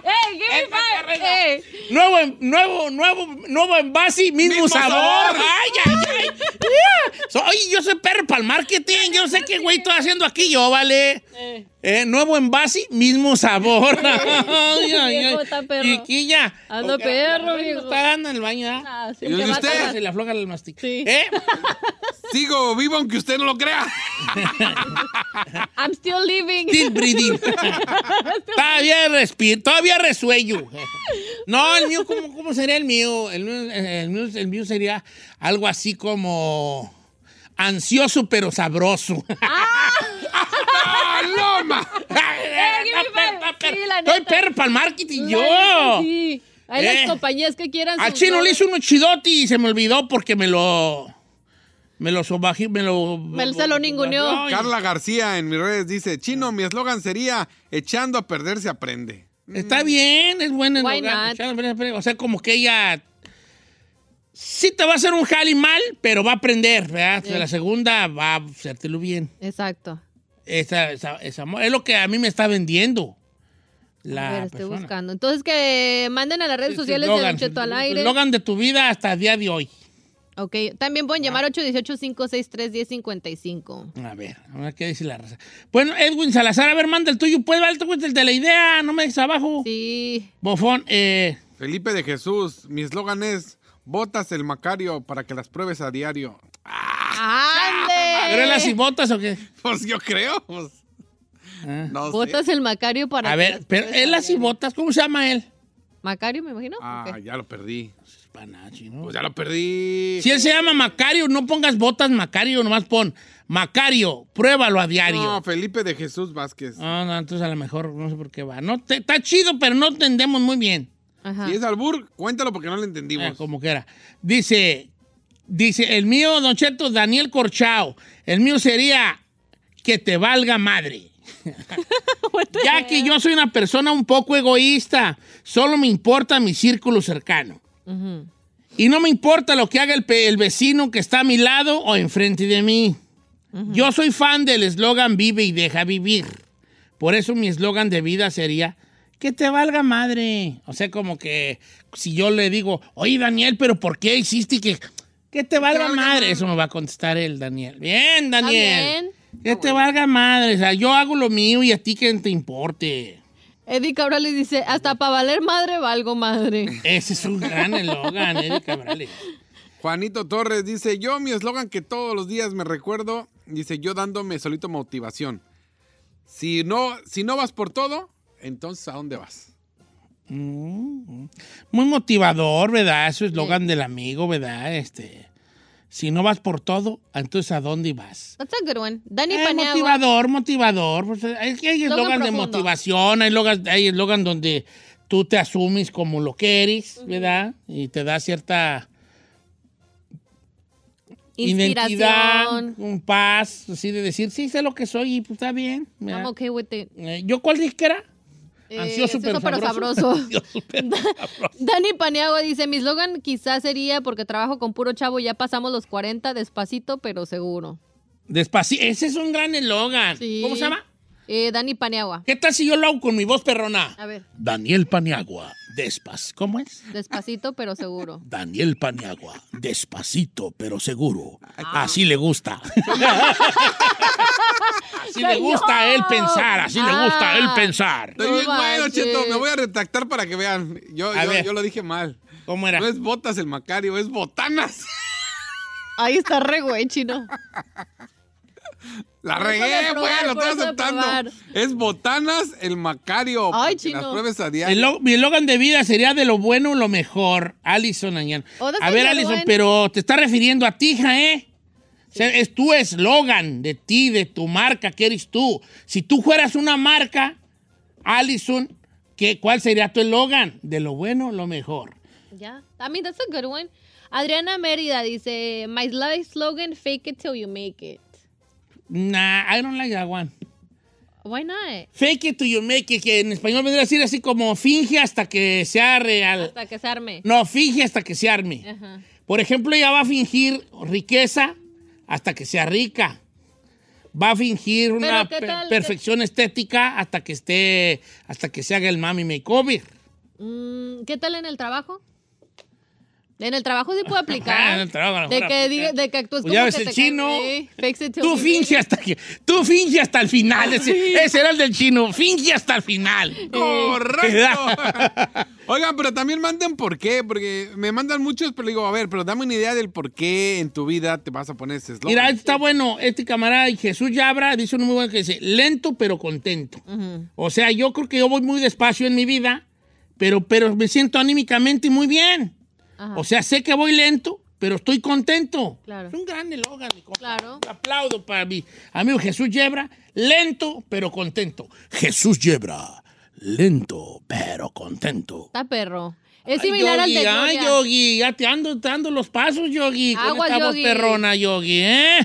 S3: ¡Ey, give me
S1: Esta
S3: five!
S1: carrera.
S3: ¡Ey!
S1: Nuevo, en- nuevo, nuevo, nuevo envase, mismo,
S4: Mismo
S1: sabor.
S4: sabor.
S1: Ay, ay, ay. Yeah. Soy, yo soy perro para el marketing. Yo no sé qué güey estoy haciendo aquí yo, ¿vale?
S3: Eh.
S1: Eh, nuevo envase, mismo sabor. ay, ay, ay.
S3: Viejo, está perro.
S1: Chiquilla.
S3: Ando
S1: Ok,
S3: perro,
S1: bueno,
S3: viejo.
S1: Está dando en el baño, ¿ah?
S3: Ah, sí,
S4: ¿Y el
S3: te
S4: de
S3: mata
S4: usted?
S3: la-
S1: Se le afloja el mastic.
S3: Sí.
S1: ¿Eh?
S4: Sigo vivo aunque usted no lo crea.
S3: I'm still living.
S1: Still breathing. todavía respiro, todavía resuello. No, el mío, ¿cómo, cómo sería el mío? El mío, el mío- el mío sería algo así como ansioso pero sabroso.
S3: Ah,
S4: ¡Paloma!
S3: eh, give
S1: Está perro,
S3: me five.
S1: está perro.
S3: Sí, la
S1: Estoy
S3: neta.
S1: perro para el marketing yo.
S3: La neta, Sí. Hay
S1: Eh.
S3: las compañías que quieran.
S1: Al
S3: sus
S1: chino le
S3: logos.
S1: hice uno chidoti y se me olvidó porque me lo. Me lo sobají, me lo.
S3: Me- se lo ninguneó.
S1: No, y-
S4: Carla García en mis redes dice, chino, mi eslogan sería, echando a perder se aprende.
S1: Está bien, es bueno.
S3: Mm. Why not?
S1: O sea, como que ella. Sí te va a hacer un jali mal, pero va a aprender, ¿verdad? O sea,
S3: Sí.
S1: La segunda va a hacértelo bien.
S3: Exacto.
S1: Esa, esa- esa mo- es lo que a mí me está vendiendo. La
S3: a ver, estoy
S1: persona.
S3: buscando. Entonces que manden a las redes
S1: Sí, sí,
S3: sociales de
S1: Logan,
S3: Don Cheto al
S1: tu
S3: aire.
S1: Logan de tu vida hasta el día de hoy.
S3: Ok, también pueden llamar 818-563-1055.
S1: A ver, a ver qué dice la raza. Bueno, Edwin Salazar, a ver, manda el tuyo. Pues vale, tú cuenta el de la idea, no me dejes abajo.
S3: Sí.
S1: Bofón, eh,
S4: Felipe de Jesús, mi eslogan es, botas el macario para que las pruebes a diario.
S1: Ah, ¿grelas y
S3: ¡Ande!
S1: botas o qué?
S4: Pues yo creo. pues.
S1: Ah.
S4: No sé.
S3: Botas el Macario para.
S1: ¿eh? A
S3: que
S1: ver,
S3: las
S1: pero
S3: puedas
S1: él las y
S3: cambiar.
S1: botas, ¿cómo se llama él?
S3: Macario, me imagino.
S4: Ah,
S3: Ok.
S4: ya lo perdí.
S1: Panachi, ¿no?
S4: Pues ya lo perdí.
S1: Si él se llama Macario, no pongas botas Macario, nomás pon Macario, pruébalo a diario.
S4: No, pues. Felipe de Jesús Vázquez.
S1: Ah, no, entonces a lo mejor no sé por qué va. No, te- está chido, pero no entendemos muy bien.
S3: Ajá.
S4: Si es albur, cuéntalo porque no lo
S1: Ah,
S3: Eh,
S4: entendimos.
S1: como quiera. Dice, dice, el mío, Don Cheto, Daniel Corchao. El mío sería que te valga madre. ya que yo soy una persona un poco egoísta, solo me importa mi círculo cercano. Y no me importa lo que haga el, pe- el vecino que está a mi lado o enfrente de mí. Yo soy fan del eslogan vive y deja vivir. Por eso mi eslogan de vida sería que te valga madre. O sea, como que si yo le digo, oye Daniel, pero ¿por qué hiciste que... Que te valga
S4: valga
S1: madre.
S4: madre.
S1: Eso me va a contestar él, Daniel. Bien, Daniel.
S3: bien.
S1: Que te valga madre. O sea, yo hago lo mío y a ti que te importe.
S3: Eddie Cabral les dice: Hasta para valer madre, valgo madre.
S1: Ese es un gran eslogan, Eddie Cabrales.
S4: Juanito Torres dice, yo mi eslogan que todos los días me recuerdo, dice, yo dándome solito motivación. Si no, si no vas por todo, entonces ¿a dónde vas?
S1: Mm, Muy motivador, ¿verdad? Eso es eslogan del amigo, ¿verdad? Este, si no vas por todo, entonces ¿a dónde vas?
S3: That's a good one. Dani
S1: Eh,
S3: Paniagua.
S1: motivador, motivador. Pues, es que hay
S3: Eslogan
S1: eslogan de
S3: profundo.
S1: motivación, hay eslogan hay eslogan donde tú te asumes como lo que eres, ¿verdad? Y te da cierta identidad,
S3: Inspiración.
S1: un paz, así de decir, sí, sé lo que soy y pues está bien. ¿verdad?
S3: I'm okay with it.
S1: Eh, ¿Yo cuál dije que era?
S3: Eh,
S1: Ansioso, pero
S3: ansioso, pero
S1: sabroso.
S3: sabroso.
S1: Ansioso, pero sabroso.
S3: Dani Paniagua dice, mi slogan quizás sería porque trabajo con puro chavo, ya pasamos los 40 despacito, pero seguro.
S1: Despacito. Ese es un gran eslogan.
S3: Sí.
S1: ¿Cómo se llama?
S3: Eh, Dani Paniagua.
S1: ¿Qué tal si yo lo hago con mi voz perrona?
S3: A ver,
S1: Daniel Paniagua, despacito. ¿Cómo es?
S3: despacito, pero seguro.
S1: Daniel Paniagua, despacito, pero seguro.
S3: Ah.
S1: Así le gusta. así le
S3: Señor.
S1: gusta a él pensar, así le gusta a él
S3: Ah.
S1: pensar.
S4: Estoy
S3: No
S4: bien bueno,
S3: manches.
S4: Cheto, me voy a retractar para que vean. Yo,
S1: A
S4: yo-
S1: ver.
S4: yo lo dije mal.
S1: ¿Cómo era?
S4: No es botas el Macario, es botanas.
S3: Ahí está re güey, chino.
S4: La
S3: Por eso de
S4: regué,
S3: probar,
S4: pues, lo
S3: por
S4: estoy
S3: eso de probar.
S4: aceptando. Es botanas el Macario.
S3: Ay,
S4: para que Las
S3: chino.
S4: pruebes a
S1: El
S4: diario.
S1: lo- mi eslogan de vida sería de lo bueno lo mejor. Alison Añán.
S3: Oh, that's
S1: a ver,
S3: a good
S1: Alison,
S3: one.
S1: pero te está refiriendo a ti, hija, ¿eh? O sea, es tu eslogan de ti, de tu marca, que eres tú. Si tú fueras una marca, Alison, ¿qué, ¿cuál sería tu eslogan? De lo bueno lo mejor.
S3: Ya. I mean, that's a good one. Adriana Mérida dice, my life slogan, fake it till you make it.
S1: Nah, I don't like that one.
S3: Why not?
S1: Fake it till you make it, que en español vendría a decir así como finge hasta que sea real.
S3: Hasta que se arme.
S1: No, finge hasta que se arme.
S3: Ajá.
S1: Por ejemplo, ella va a fingir riqueza hasta que sea rica. Va a fingir una
S3: ¿qué
S1: pe-
S3: tal que-
S1: perfección estética hasta que esté, hasta que se haga el mami makeover.
S3: Mm, ¿Qué tal en el trabajo? En el trabajo sí puede
S1: Ah,
S3: aplicar.
S1: en el trabajo, a lo
S3: de,
S1: mejor
S3: que
S1: aplica.
S3: diga, de que actúes
S1: Pues ya
S3: como
S1: ves
S3: que
S1: el
S3: te
S1: chino.
S3: caes. Sí, fakes it till
S1: Tú
S3: you make
S1: finge hasta que, tú finge hasta el final.
S3: Ah,
S1: Ese, ese era el del chino. Finge hasta el final.
S4: ¡Correcto! Oigan, pero también manden por qué, porque me mandan muchos, pero digo, a ver, pero dame una idea del por qué en tu vida te vas a poner ese eslogan.
S1: Mira, este está bueno. Este camarada Jesús Yabra dice uno muy bueno que dice, lento pero contento. O sea, yo creo que yo voy muy despacio en mi vida, pero, pero me siento anímicamente muy bien.
S3: Ajá.
S1: O sea, sé que voy lento, pero estoy contento.
S3: Claro.
S1: Es un gran eslogan, mi compa.
S3: Claro.
S1: Un aplaudo para mi amigo Jesús Yebra. Lento, pero contento. Jesús Yebra. Lento, pero contento.
S3: Está perro. Es
S1: Ay,
S3: similar al de
S1: Yogi,
S3: Gloria.
S1: Ay, Yogi, ya te ando dando los pasos, Yogi. Con
S3: Aguas,
S1: esta voz
S3: Yogi.
S1: perrona, Yogi, ¿eh?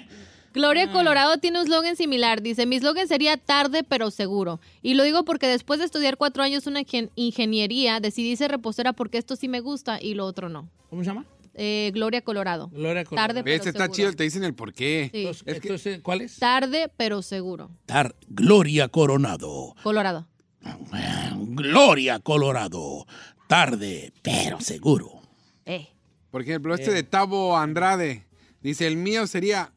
S3: Gloria Colorado tiene un slogan similar. Dice, mi slogan sería tarde pero seguro. Y lo digo porque después de estudiar cuatro años una ingen- ingeniería, decidí ser repostera porque esto sí me gusta y lo otro no.
S1: ¿Cómo se llama?
S3: Eh, Gloria Colorado.
S1: Gloria
S3: Tarde,
S4: ¿Ves?
S3: pero
S4: Está
S3: seguro.
S4: chido, te dicen el por qué.
S3: Sí.
S1: Entonces, entonces, ¿cuál es?
S3: Tarde pero seguro.
S1: Tar- Gloria Coronado.
S3: Colorado.
S1: Gloria Colorado. Tarde, pero seguro.
S3: Eh.
S4: Por ejemplo, este de Tavo Andrade. Dice, el mío sería...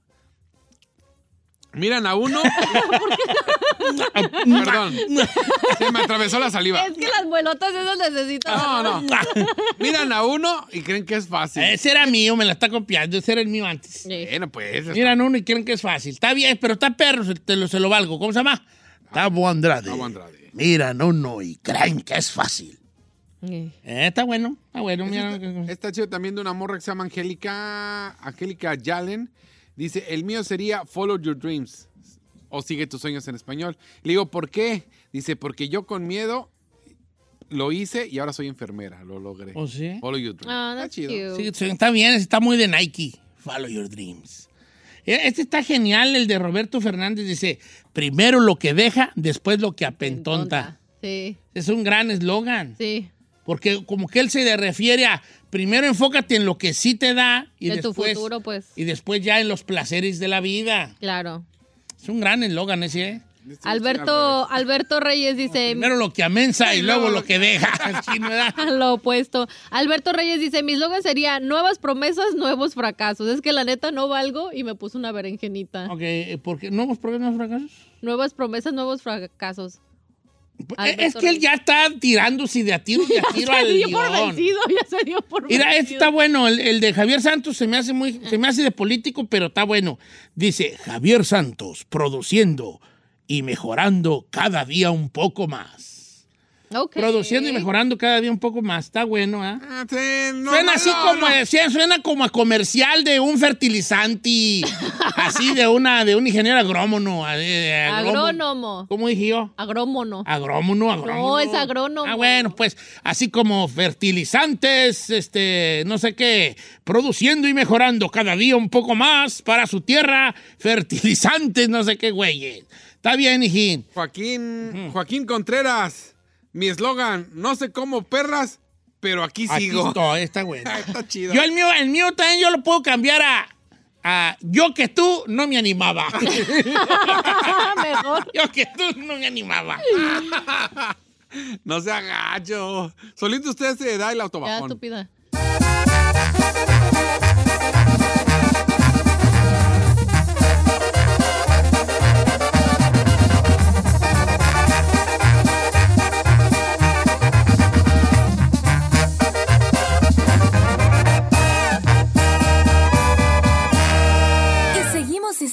S4: Miran a uno. Perdón. Se me atravesó la saliva.
S3: Es que las vuelotas esas necesitan.
S1: Ah,
S4: No, no. Miran a uno y creen que es fácil.
S1: Ese era mío, me la está copiando. Ese era el mío antes.
S3: Sí.
S4: Bueno, pues.
S1: Miran uno y creen que es fácil. Está bien, pero está perro, se, te lo, se lo valgo. ¿Cómo se llama? Tabo Andrade.
S4: Tavo Andrade.
S1: Miran uno y creen que es fácil.
S3: Eh.
S1: Eh, está bueno, está bueno. mira.
S4: Este Está, está chido también de una morra que se llama Angélica. Angélica Yalen. Dice: El mío sería Follow Your Dreams. O sigue tus sueños en español. Le digo, ¿por qué? Dice, porque yo con miedo lo hice y ahora soy enfermera. Lo logré.
S1: ¿Oh, sí?
S4: Follow Your Dreams.
S3: Ah,
S4: está
S3: that's
S4: chido.
S3: cute.
S1: Sí, sí, está bien, está muy de Nike. Follow your dreams. Eh, Este está genial, el de Roberto Fernández. Dice, primero lo que deja, después lo que apentonta.
S3: Sí,
S1: Es un gran eslogan.
S3: sí.
S1: Porque como que él se le refiere a, primero enfócate en lo que sí te da y
S3: de tu
S1: después...
S3: futuro, pues.
S1: Y después ya en los placeres de la vida.
S3: Claro.
S1: Es un gran eslogan ese, ¿eh?
S4: Este
S3: Alberto, Alberto Reyes dice.
S1: Primero lo que amensa y luego lo que deja. Sí, ¿no era?
S3: Lo opuesto. Alberto Reyes dice, mi slogan sería nuevas promesas, nuevos fracasos. Es que la neta no valgo y me puso una berenjenita.
S1: Ok, eh, porque nuevos problemas fracasos.
S3: Nuevas promesas, nuevos fracasos. Alberto
S1: Eh, Es que él
S3: Ruiz.
S1: ya está tirándose de a tiro, de a tiro
S3: ya
S1: al
S3: se dio por
S1: guión.
S3: vencido, ya se dio por
S1: Mira, este
S3: vencido.
S1: está bueno. El, el de Javier Santos se me hace muy, se me hace de político, pero está bueno. Dice Javier Santos produciendo y mejorando cada día un poco más.
S3: Ok.
S1: Produciendo y mejorando cada día un poco más. Está bueno, ¿ah?
S4: Ah, sí, no,
S1: suena
S4: no,
S1: así
S4: no,
S1: como
S4: no.
S1: decían, suena como a comercial de un fertilizante, así de una, de un ingeniero agrónomo. eh, de agrónomo.
S3: Agrónomo.
S1: ¿Cómo dije yo? Ah.
S3: Agrómono.
S1: Agrónomo, agrónomo.
S3: No, es agrónomo.
S1: Ah, bueno, pues así como fertilizantes, este, no sé qué, produciendo y mejorando cada día un poco más para su tierra, fertilizantes, no sé qué, güey. Está bien, hijín.
S4: Joaquín, Joaquín Contreras. Mi eslogan: No sé cómo perras, pero aquí,
S1: Aquí
S4: sigo. Ah,
S1: estoy, está bueno.
S4: Está chido.
S1: Yo el mío, el mío también yo lo puedo cambiar a, a yo que tú no me animaba.
S3: mejor.
S1: yo que tú no me animaba.
S4: No sea gacho. Solito usted se da el
S3: Ya,
S4: autobajón.
S3: estúpida.
S6: Y seguimos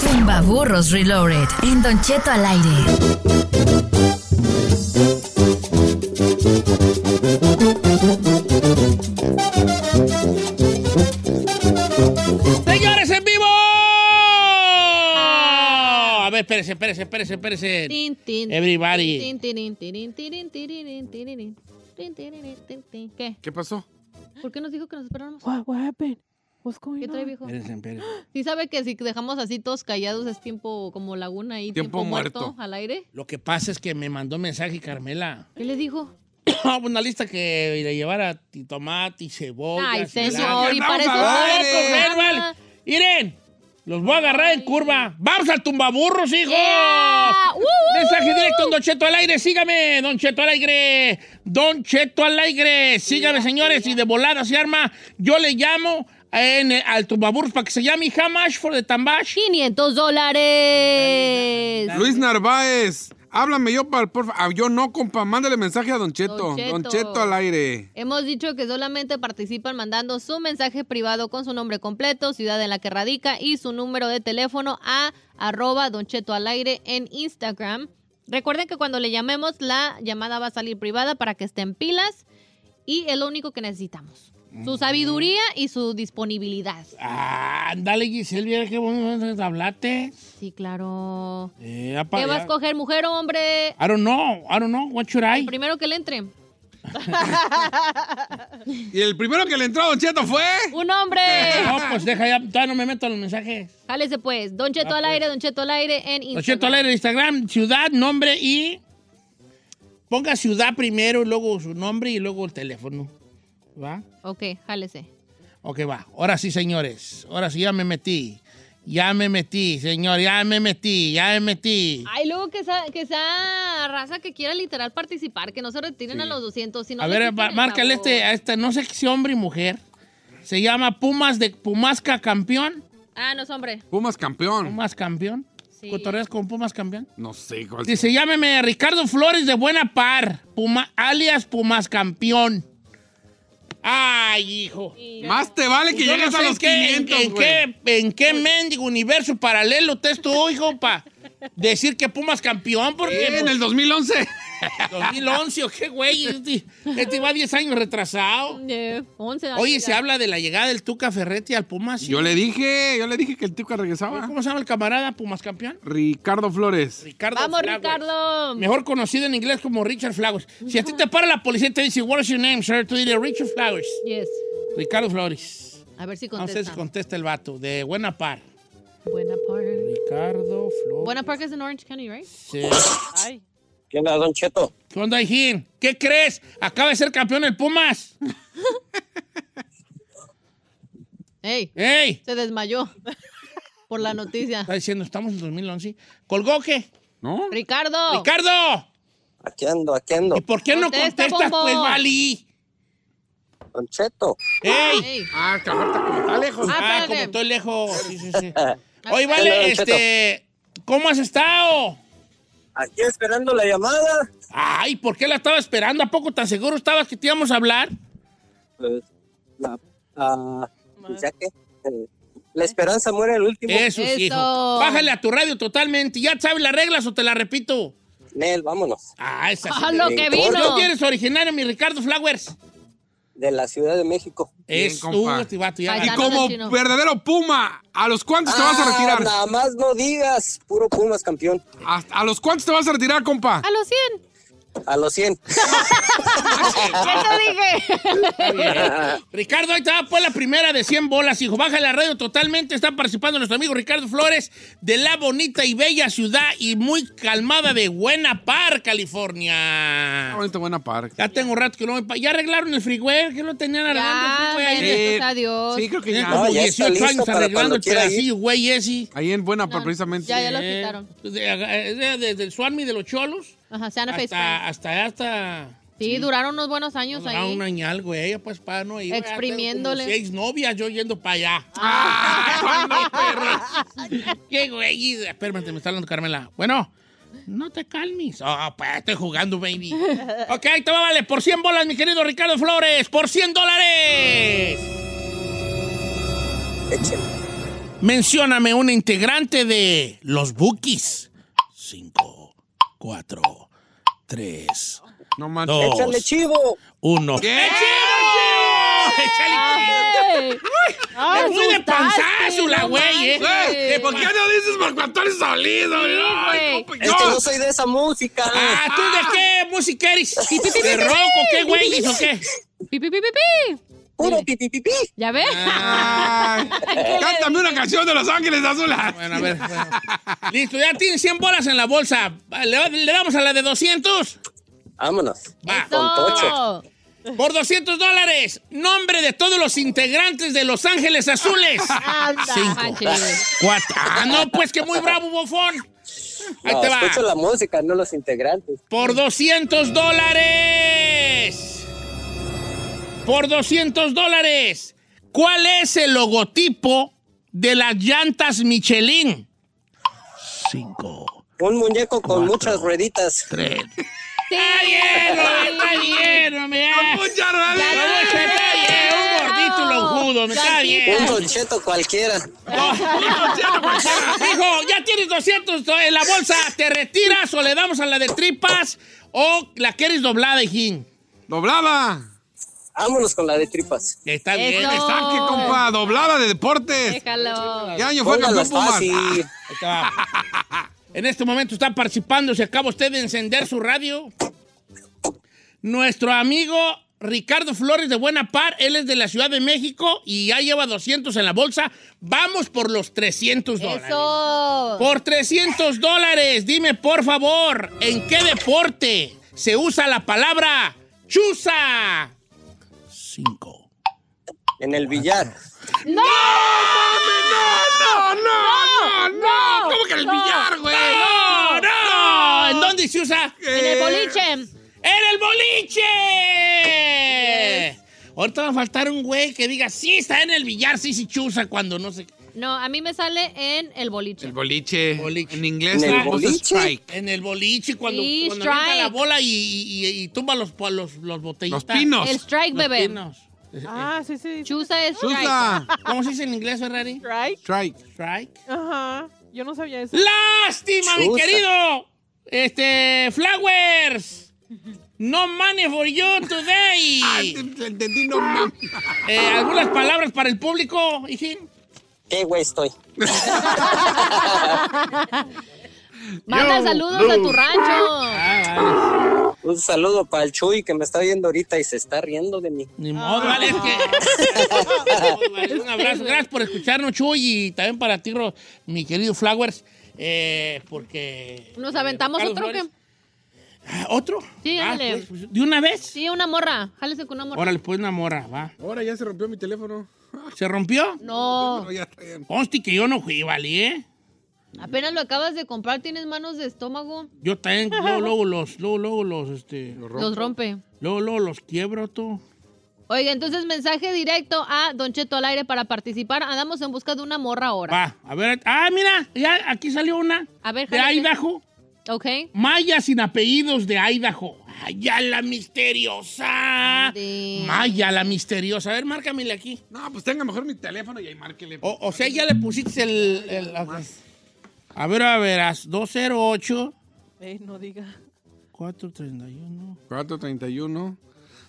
S7: Tumba Burros Reloaded. En Don Cheto al aire.
S1: ¡Señores en vivo! A ver, espérese, espérese, espérese, espérese.
S3: Tin, tin,
S1: Everybody.
S3: tin, tin, tin, tin, tin, tin, tin, tin, tin, tin, tin, tin, tin. ¿Qué?
S4: ¿Qué pasó?
S3: ¿Por qué nos dijo que nos esperáramos?
S5: What, what happened? What's going
S3: ¿Qué
S5: on?
S3: trae, viejo?
S1: Espérese, espérese.
S3: Sí sabe que si dejamos así todos callados es tiempo como laguna y
S1: Tiempo
S3: tiempo, muerto.
S1: muerto.
S3: al aire.
S1: Lo que pasa es que me mandó un mensaje Carmela.
S3: ¿Qué le dijo?
S1: pues, Una lista que le llevara ti- tomate y cebolla.
S3: Ay,
S1: cilantro.
S3: señor, y para eso
S1: Vamos a
S3: está el
S1: ver,
S3: programa.
S1: pues, ven, vale. Miren, los voy a agarrar en curva. ¡Vamos al tumbaburros, hijos!
S3: ¡Uh, uh,
S1: Mensaje
S3: uh!
S1: directo en Don Cheto al aire, sígame, Don Cheto al aire, Don Cheto al aire, sígame señores, y de volada se arma, yo le llamo en, eh, al tumbaburros para que se llame How much for the Tambash?
S3: 500 dólares.
S4: Luis Narváez, háblame yo, para, porfa. Ah, yo no, compa. Mándale mensaje a Don Cheto.
S3: Don Cheto.
S4: Don Cheto al aire.
S3: Hemos dicho que solamente participan mandando su mensaje privado con su nombre completo, ciudad en la que radica y su número de teléfono a arroba Don Cheto al aire en Instagram. Recuerden que cuando le llamemos, la llamada va a salir privada para que estén pilas y es lo único que necesitamos. Su sabiduría y su disponibilidad.
S1: Ah, Ándale, Giselle, mira qué bonito hablate.
S3: Sí, claro.
S1: Eh, apa,
S3: ¿Qué va a
S1: ya.
S3: escoger, mujer o hombre?
S1: I don't know, I don't know, what should I?
S3: El primero que le entre.
S4: Y el primero que le entró a Don Cheto fue.
S3: ¡Un hombre!
S1: No, pues deja ya, todavía no me meto en los mensajes.
S3: Jálese pues, Don Cheto al aire, Don Cheto al aire en Instagram.
S1: Ah, Don Cheto al aire, Instagram, ciudad, nombre y... Ponga ciudad primero, y luego su nombre y luego el teléfono. ¿Va?
S3: Ok, jálese.
S1: Ok, va. Ahora sí, señores. Ahora sí, ya me metí. Ya me metí, señor. Ya me metí, ya me metí.
S3: Ay, luego que esa, que esa raza que quiera literal participar, que no se retiren a los 200. Si no
S1: a
S3: les
S1: ver,
S3: quitan
S1: va-
S3: el
S1: márcale
S3: sabor.
S1: este, a este, no sé si hombre y mujer. Se llama Pumas de Pumasca Campeón.
S3: Ah, no es hombre.
S4: Pumas campeón.
S1: Pumas Campeón.
S3: Sí.
S1: ¿Cotorreas con Pumas Campeón?
S4: No sé cuál.
S1: Dice, llámeme Ricardo Flores de Buena Par, Puma, alias Pumas Campeón. Ay, hijo.
S4: Más te vale que
S1: Yo no
S4: llegues a
S1: sé
S4: los
S1: en qué-
S4: 500,
S1: en, en
S4: güey.
S1: qué, en qué mendigo universo paralelo te tú, hijo, para decir que Pumas campeón? Porque
S4: Eh, En
S1: pues,
S4: el 2011.
S1: 2011 o qué, güey. Este, este va 10 años retrasado.
S3: Eh, 11 años
S1: Oye,
S3: ya.
S1: se habla de la llegada del Tuca Ferretti al Pumas. ¿sí?
S4: Yo le dije, yo le dije que el Tuca regresaba.
S1: ¿Cómo se llama el camarada Pumas campeón?
S4: Ricardo Flores.
S1: Ricardo
S3: Vamos,
S1: Flowers.
S3: Ricardo.
S1: Mejor conocido en inglés como Richard Flowers. Si a ti te para la policía y te dice, What's your name, sir? Tú dices, Richard Flowers.
S3: Yes.
S1: Ricardo Flores.
S3: A ver si
S1: No
S3: contesta.
S1: sé si contesta el vato. De buena par.
S3: Buena Park.
S1: Ricardo Flores.
S3: Buena Park es en Orange County, right?
S1: Sí.
S5: Ay.
S8: ¿Qué onda, Don Cheto?
S1: ¿Qué onda, Hijín? ¿Qué crees? Acaba de ser campeón el Pumas.
S3: Ey,
S1: ¡Ey!
S3: se desmayó por la noticia.
S1: Está diciendo, estamos en 2011. ¿Colgó qué?
S4: ¿No?
S3: Ricardo.
S1: ¿Ah? ¡Ricardo!
S8: Aquí ando, aquí ando.
S1: ¿Y por qué no
S3: Contesta,
S1: contestas,
S3: bombo.
S1: pues, Vali?
S8: Don Cheto.
S1: ¡Ey!
S3: Ey.
S4: Ah, cabrón, está como está lejos.
S1: Ah,
S3: espérate.
S1: como estoy lejos. Sí, sí, sí. Oye,
S3: Oye,
S1: Vale,
S8: Hola, Don Ah. Cheto.
S1: este... ¿Cómo has estado?
S8: Aquí esperando la llamada.
S1: Ay, ¿por qué la estaba esperando? ¿A poco tan seguro estabas que te íbamos a hablar?
S8: Pues, la, ah, ya que eh, la esperanza muere el último.
S1: Eso,
S3: Eso.
S1: sí, hijo. Bájale a tu radio totalmente. ¿Ya sabes las reglas o te las repito?
S8: Nel, vámonos.
S1: Ah, esa sí.
S3: a lo que
S1: ¿No
S3: vino.
S1: eres originario, mi Ricardo Flowers?
S8: De la Ciudad de México.
S4: Bien,
S1: Es tú,
S4: compa.
S1: este vato, ya.
S3: Ay,
S4: Y
S3: Ganó
S4: como
S3: el chino.
S4: verdadero Puma, ¿a los cuántos te vas a
S8: Ah,
S4: retirar?
S8: Nada más no digas. Puro Pumas campeón.
S4: ¿A, a los cuántos te vas a retirar, compa?
S1: Ah,
S3: A los 100.
S8: A los 100.
S3: Eso dije.
S1: Ricardo, ahí está, pues la primera de 100 bolas, hijo. Baja la radio totalmente. Está participando nuestro amigo Ricardo Flores de la bonita y bella ciudad y muy calmada de Buena Par, California.
S4: Ah, Bonito, buena parque.
S1: Ya tengo un rato que no voy pa- Ya arreglaron el freeway, que lo tenían
S3: Ya,
S1: arreglando el freeway.
S3: men. Bendito sea Dios.
S4: Eh, Sí, creo que
S1: Tenían
S4: ya.
S1: como
S8: No, Ah, ya está
S1: 18 años
S8: listo para
S1: arreglando
S8: cuando
S1: el
S8: quiera ir.
S1: pedacillo, güey, ese.
S4: Ahí en Buena Par, precisamente.
S3: Ya, ya lo
S1: Eh,
S3: quitaron.
S1: de- eh, Desde el Suami de los Cholos
S3: Ajá, se van a
S1: hasta,
S3: Facebook.
S1: hasta, hasta
S3: Sí, duraron unos buenos años
S1: A
S3: ahí.
S1: un añal, güey, pues para no ir.
S3: Exprimiéndole.
S1: Como Seis novias yo yendo para allá.
S4: Ah,
S1: ¡Qué güey! Espérate, me está hablando Carmela. Bueno, no te calmes. Oh, pues estoy jugando, baby. ok, ahí te va, vale. Por 100 bolas, mi querido Ricardo Flores. Por 100 dólares. Mencióname un integrante de los Bookies. Cinco, cuatro, tres.
S4: No
S1: dos,
S8: ¡Échale chivo!
S1: uno.
S8: ¡Échale
S1: ¡Ay! ¡Fui de panzazo la güey, eh!
S8: manches.
S1: Eh, ¿Por qué no dices por cuánto eres salido?
S8: Sí,
S1: Ay,
S8: güey. Es que yo soy de esa música.
S1: Ah, ¿tú de qué música eres? ¿De rock o qué, güey? ¿O qué?
S3: Pi, pi, pi, pi, pi.
S8: Puro pi, pi, pi, pi.
S3: ¿Ya ves?
S4: Cántame una canción de Los Ángeles Ah, Azules.
S1: Bueno, a ver. bueno. Listo, ya tiene 100 bolas en la bolsa. ¿Le, le damos a la de 200?
S8: Vámonos.
S1: Va.
S8: Con tocho.
S1: Por 200 dólares, nombre de todos los integrantes de Los Ángeles Azules. Cinco.
S3: manches.
S1: Cuatro. Ah, no, pues que muy bravo, bofón. Ahí
S8: No,
S1: te va.
S8: escucho la música, no los integrantes.
S1: Por 200 dólares. Por 200 dólares. ¿Cuál es el logotipo de las llantas Michelin?
S8: Un muñeco con muchas rueditas.
S1: Tres. Está bien, hombre, está bien, hombre.
S4: muchas
S1: rueditas. Está bien, un gordito lonjudo, me está bien.
S8: Un doncheto cualquiera.
S1: Hijo, ya tienes 200 do- en la bolsa. ¿Te retiras o le damos a la de tripas o la quieres doblada, hijín?
S4: ¡Doblada!
S3: Oh.
S8: Vámonos con la de tripas.
S1: Está
S3: bien. Eso.
S4: Estanque, compa. Doblada de deportes.
S3: Déjalo.
S4: ¿Qué año fue campeón Pumas? Ah,
S1: Ahí está. En este momento está participando, si acaba usted de encender su radio. Nuestro amigo Ricardo Flores de Buena Par, él es de la Ciudad de México y ya lleva 200 en la bolsa. Vamos por los 300 dólares.
S3: Eso.
S1: Por 300 dólares, dime por favor, ¿en qué deporte se usa la palabra chuza?
S8: En el
S2: Ah,
S8: billar.
S3: ¡No!
S4: ¡No, no, no, no, no! ¿Cómo que el billar, güey?
S1: ¡No, no! ¿En dónde se usa?
S3: En el boliche.
S1: ¡En el boliche! Ahorita va a faltar un güey que diga, sí, está en el billar, sí, sí, chusa, cuando no sé. qué.
S3: No, a mí me sale en el boliche.
S4: El boliche. En inglés,
S1: ¿En el
S4: le gusta
S1: boliche?
S4: strike.
S1: En el boliche, cuando,
S3: Sí,
S1: cuando avienta la
S3: strike.
S1: bola y, y, y- y tumba los, los, los botellitas.
S4: Los pinos.
S3: El strike,
S1: Los
S3: bebé.
S1: pinos.
S5: Ah, sí, sí.
S3: Chusa es strike.
S4: ¡Chusa!
S1: ¿Cómo se dice en inglés, Ferrari?
S5: Strike.
S4: Strike.
S1: Strike.
S5: Ajá. Yo no sabía eso.
S1: ¡Lástima, mi
S8: Chuta.
S1: querido! Este, Flowers. No money for you
S4: Ah,
S1: today.
S4: te- te entendí, no mames.
S1: Eh, ¿Algunas palabras para el público, hijín?
S8: ¿Qué güey estoy?
S3: Manda
S4: Yo,
S3: saludos
S4: no.
S3: a tu rancho.
S1: Ah, vale.
S8: Un saludo para el Chuy que me está viendo ahorita y se está riendo de mí.
S1: Ni modo, vale, es que. Vale, Un abrazo. Gracias por escucharnos, Chuy, y también para ti, Ro- mi querido Flowers. eh, porque.
S3: Nos aventamos
S1: Ricardo
S3: otro
S1: Flores-
S3: que.
S1: Ah, ¿Otro?
S3: Sí,
S1: Ah,
S3: dale.
S1: pues, pues, ¿De una vez?
S3: Sí, una morra. Jálese con una morra.
S1: Órale, pues una morra, va.
S4: Ahora ya se rompió mi teléfono.
S1: ¿Se rompió?
S3: No.
S4: No, ya está bien.
S1: Consti que yo no fui, vale, ¿eh?
S3: Apenas lo acabas de comprar, tienes manos de estómago.
S1: Yo también, luego, luego los, luego, luego los, este,
S3: Los rompe.
S1: luego, luego los quiebro, tú.
S3: Oiga, entonces mensaje directo a Don Cheto al aire para participar. Andamos en busca de una morra ahora.
S1: Va, a ver, ah, mira, ya aquí salió una.
S3: A ver,
S1: De
S3: jálale.
S1: Idaho.
S3: ¿Ok?
S1: Maya sin apellidos de Idaho. Maya la misteriosa.
S3: Ande.
S1: Maya la misteriosa. A ver, márcamele aquí.
S4: No, pues tenga mejor mi teléfono y ahí márquele.
S1: O, o sea, ya le pusiste el. el- a ver, a ver, haz 208
S5: Ey, Eh, no diga.
S1: 431.
S4: 431.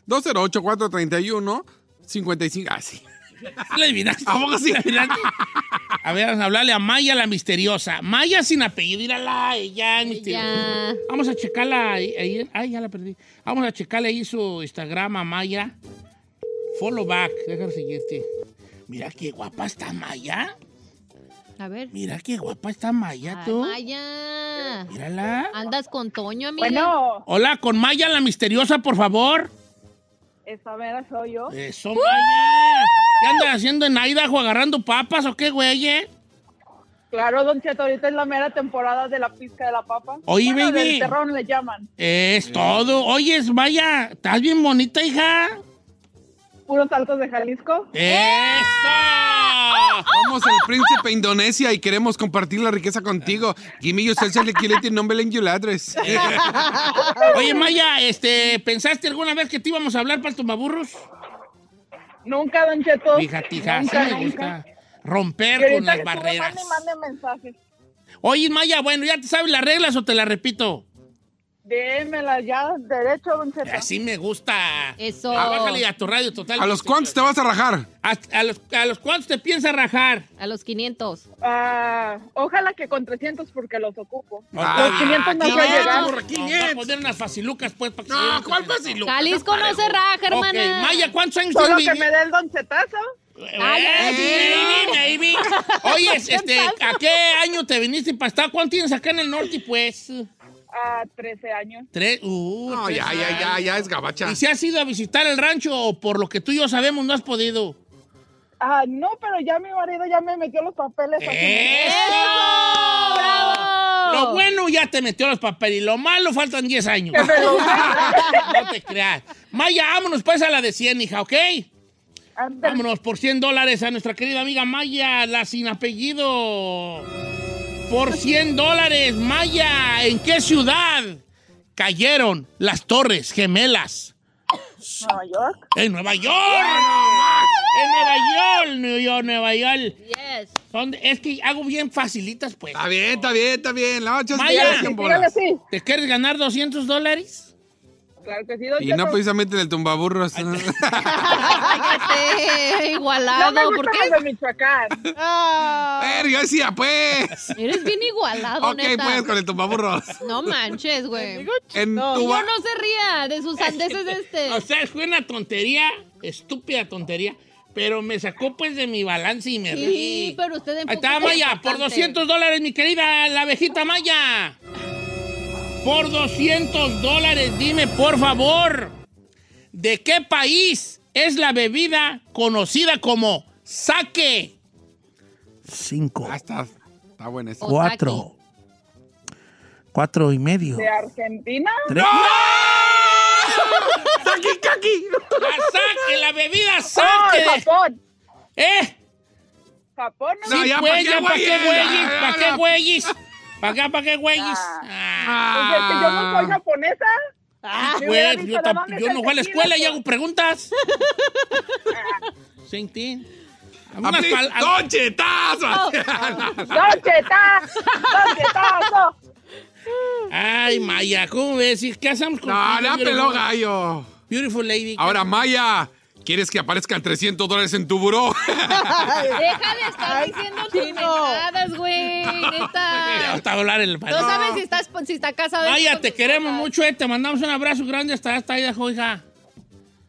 S4: 208, 431. 55. Ah, sí.
S1: ¿Sí ¿Le adivinaste?
S4: ¿A poco sí?
S1: ¿Le adivinaste? A ver, vamos a hablarle a Maya la misteriosa. Maya sin apellido, mírala, ella es misteriosa.
S3: Ya.
S1: Vamos a checarla ahí, ahí- Ay, ya la perdí. Vamos a checarle ahí su Instagram a Maya. Follow back. Déjame seguirte. Mira qué guapa está Maya.
S3: A ver.
S1: Mira qué guapa está Maya, Ah.
S3: Ay,
S1: tú.
S3: Maya.
S1: Mírala.
S3: Andas con Toño, amiga.
S9: Bueno,
S1: Hola, con Maya la misteriosa, por favor.
S9: esa mera soy yo.
S1: Eso, Maya. ¿Qué andas haciendo en Idaho? ¿Agarrando papas o qué, güey?
S9: Sí, Claro, Don Cheto, ahorita es la mera temporada de la pizca de la papa.
S1: Oye,
S9: Bueno,
S1: baby.
S9: del terrón le llaman.
S1: Es todo. Oyes, vaya, estás bien bonita, hija.
S9: Puros saltos de Jalisco. ¡Ah!
S1: ¡Eso!
S4: Somos el príncipe Indonesia y queremos compartir la riqueza contigo. Give me your social equality nombre en Yuladres.
S1: Oye, Maya, este, ¿pensaste alguna vez que te íbamos a hablar para tus maburros?
S9: Nunca, Don Cheto.
S1: Hija, tija, así
S9: Nunca,
S1: me
S9: nunca.
S1: gusta. Romper
S9: Y
S1: con
S9: ahorita
S1: las
S9: que tú me
S1: barreras.
S9: Mande, mande mensajes.
S1: Oye, Maya, bueno, ¿ya te sabes las reglas o te las repito?
S9: Démela ya, derecho, Don Cheto.
S1: Así me gusta.
S3: Eso.
S1: Ah, bájale a tu radio total.
S4: ¿A los cuántos te vas a rajar?
S1: ¿A, a los, a los cuántos te piensas rajar?
S3: A los 500.
S9: Ah, ojalá que con 300 porque los ocupo.
S1: Ah,
S9: los 500 no
S1: ¿quién
S9: voy a
S1: es,
S9: llegar.
S1: burra? ¿Quién es? Vamos a poner unas facilucas, pues, para que No, ¿cuál faciluca?
S3: Jalisco no se raja, hermana.
S1: Ok, Maya, ¿cuántos años
S9: Solo
S1: tienes, baby?
S9: que me dé el donchetazo.
S1: Eh, baby, baby. Oye, este, ¿a qué año te viniste para estar? ¿Cuánto tienes acá en el norte, pues?
S9: A 13 años.
S1: Tres. Uh,
S4: No,
S1: tres
S4: ya, ya, ya, ya es gabacha.
S1: ¿Y si has ido a visitar el rancho o por lo que tú y yo sabemos no has podido?
S9: Ah, no, pero ya mi marido ya me metió los papeles. aquí.
S1: Eh, Lo bueno ya te metió los papeles y lo malo faltan 10 años.
S9: Que me lo-
S1: no te creas. Maya, vámonos pues a la de 100, hija, ¿ok? Vámonos por 100 dólares a nuestra querida amiga Maya, la sin apellido. Por 100 dólares, Maya, ¿en qué ciudad cayeron las Torres Gemelas?
S9: Nueva York.
S1: En Nueva York. no más. En Nueva York, New York, Nueva York.
S3: Yes.
S1: ¿Dónde? Es que hago bien facilitas, pues.
S4: Está bien, está bien, está bien. La ocho es
S1: Maya,
S4: en bolas.
S1: ¿te quieres ganar 200 dólares?
S9: Claro que sí, don
S4: Y
S9: Cheto.
S4: no precisamente en el tumbaburros.
S3: Cállate,
S9: No
S3: igualado.
S9: me
S3: ¿Por
S9: gustan
S3: qué?
S9: los de Michoacán.
S4: Pero yo decía, pues.
S3: Eres bien igualado,
S4: Ok,
S3: neta.
S4: pues, con el tumbaburros.
S3: No manches, güey.
S4: En
S3: No,
S4: tu
S3: yo
S4: ba-
S3: no se ría de sus andeses este.
S1: O sea, fue una tontería, estúpida tontería, pero me sacó pues de mi balance y me
S3: Sí,
S1: reí.
S3: pero usted
S1: Ahí está Maya, por 200 dólares, mi querida la abejita Maya. Por 200 dólares, dime por favor, ¿de qué país es la bebida conocida como sake? Cinco.
S4: Ah, está, está buena esa.
S1: Cuatro. Cuatro y medio.
S9: ¿De Argentina?
S1: Tres.
S9: ¡Saki, kaki!
S1: ¡La saque! ¡La bebida
S9: ¡Oh,
S1: saque!
S9: Japón!
S1: ¿Eh?
S9: ¿Japón?
S1: Sí, pues, ya, ¿pa' qué güeyes? ¿Pa'
S4: Ah,
S1: qué
S9: güey?
S1: güeyes? ¿Pa' acá, pa' qué güeyes?
S9: que pues, este, yo no soy
S1: Ah.
S9: japonesa. Me hubiera
S1: Pues,
S9: dicho,
S1: yo,
S9: ¿de
S1: tam-
S9: dónde
S1: yo
S9: es
S1: no
S9: el
S1: voy a la
S9: tequila,
S1: escuela y
S9: pues?
S1: hago preguntas. Sentí. Algunas
S4: Apli-
S1: pal- al-
S4: ¡Don Chetazo!
S9: ¡Don Chetazo! ¡Don Chetazo!
S1: Ay, Maya, ¿cómo ves? ¿Y ¿Qué hacemos con
S4: No, la peló gallo.
S1: Beautiful lady.
S4: Ahora, Maya, ¿quieres que aparezcan 300 dólares en tu buró?
S3: Deja de estar diciendo pendejadas, güey. Neta.
S1: Hasta hablar el
S3: No sabes si estás si está casado.
S1: Maya, te queremos mucho, eh. Te mandamos un abrazo grande hasta hasta Idaho, hija.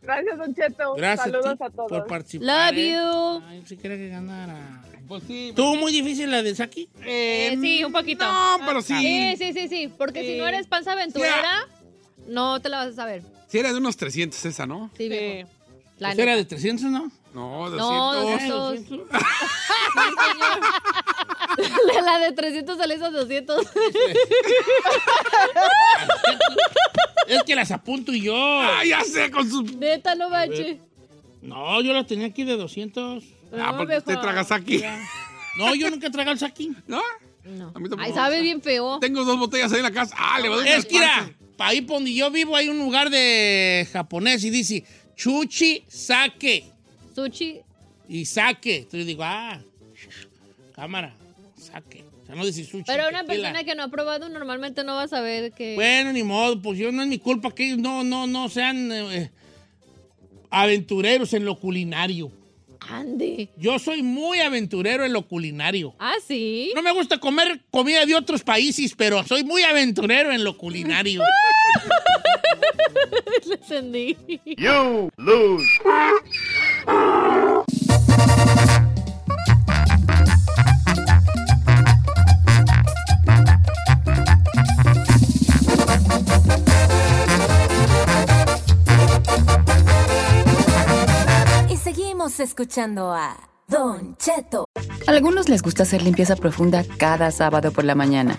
S9: Gracias, Don
S5: Oh,
S9: Cheto.
S1: Gracias a
S9: Saludos
S1: ti
S9: a todos.
S1: por participar.
S3: Love
S1: eh.
S3: you.
S1: Ay, si quería que ganara. ¿Tuvo muy difícil la de Saki?
S3: Eh, sí, un poquito.
S4: Em, No, pero sí.
S3: Sí, sí, sí, sí. Porque si
S9: Sí.
S3: no eres panza aventurera, no te la vas a saber.
S4: Si era de unos 300 esa, ¿no?
S3: Sí, viejo. La
S1: Esa Pues era
S3: neta.
S1: de 300, ¿no?
S4: No, 200.
S3: No,
S1: ¿200?
S3: 200. Sí, señor. la de 300 sale esos 200.
S1: Es que las apunto y yo.
S4: Ah, ya sé, con sus...
S3: Neta, no manches.
S1: No, yo las tenía aquí de 200.
S4: Ah,
S3: No,
S4: porque usted
S3: viejo.
S4: tragas aquí.
S1: No, yo nunca trago el Saki.
S4: ¿No?
S3: No.
S4: A mí tampoco.
S3: Ay, sabe bien feo.
S4: Tengo dos botellas ahí en la casa. Ah, le voy a dar
S1: Es que mira, pa' ahí por donde yo vivo hay un lugar de japonés y dice chuchi sake
S3: Sushi.
S1: y sake. Entonces digo, ah, cámara, sake. O sea, no dice sushi.
S3: Pero una
S1: tequila.
S3: persona que no ha probado normalmente no va a saber que.
S1: Bueno, ni modo, pues yo no es mi culpa que ellos no, no, no sean eh, aventureros en lo culinario.
S3: Ande.
S1: Yo soy muy aventurero en lo culinario.
S3: Ah, sí.
S1: No me gusta comer comida de otros países, pero soy muy aventurero en lo culinario.
S3: Lo entendí.
S6: Y seguimos escuchando a Don Cheto.
S10: Algunos les gusta hacer limpieza profunda cada sábado por la mañana.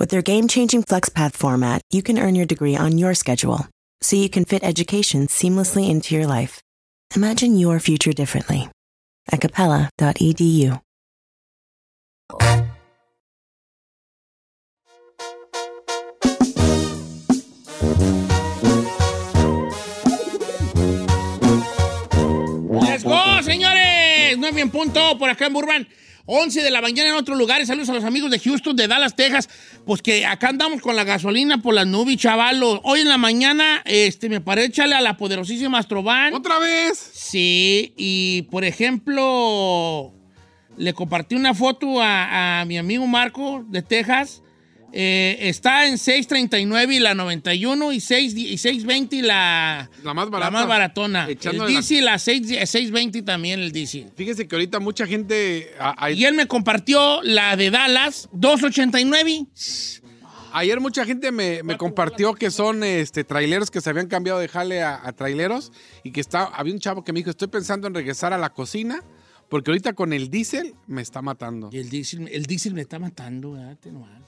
S11: With their game changing FlexPath format, you can earn your degree on your schedule so you can fit education seamlessly into your life. Imagine your future differently at E capella.edu.
S1: ¡Let's go, señores! No es bien punto por acá en Burbank. 11 de la mañana en otros lugares. Saludos a los amigos de Houston, de Dallas, Texas. Pues que acá andamos con la gasolina por las nubes, chavalos. Hoy en la mañana, este, me paré echarle a la poderosísima Astrovan.
S4: ¿Otra vez?
S1: Sí, y por ejemplo, le compartí una foto a, a mi amigo Marco de Texas. Eh, está en 6.39 y la 91 y, 6, y 6.20 y la,
S4: La más barata.
S1: la más baratona.
S4: Echándole
S1: el
S4: la-
S1: DC, la 6, 6.20 también el DC.
S4: Fíjese que ahorita mucha gente. a- a-
S1: Y él me compartió la de Dallas, 2.89.
S4: ayer mucha gente me, me compartió que son este traileros que se habían cambiado de jale a, a traileros y que está, había un chavo que me dijo, estoy pensando en regresar a la cocina porque ahorita con el diésel me está matando.
S1: Y el diésel, el diésel me está matando, ¿verdad? Te nomás.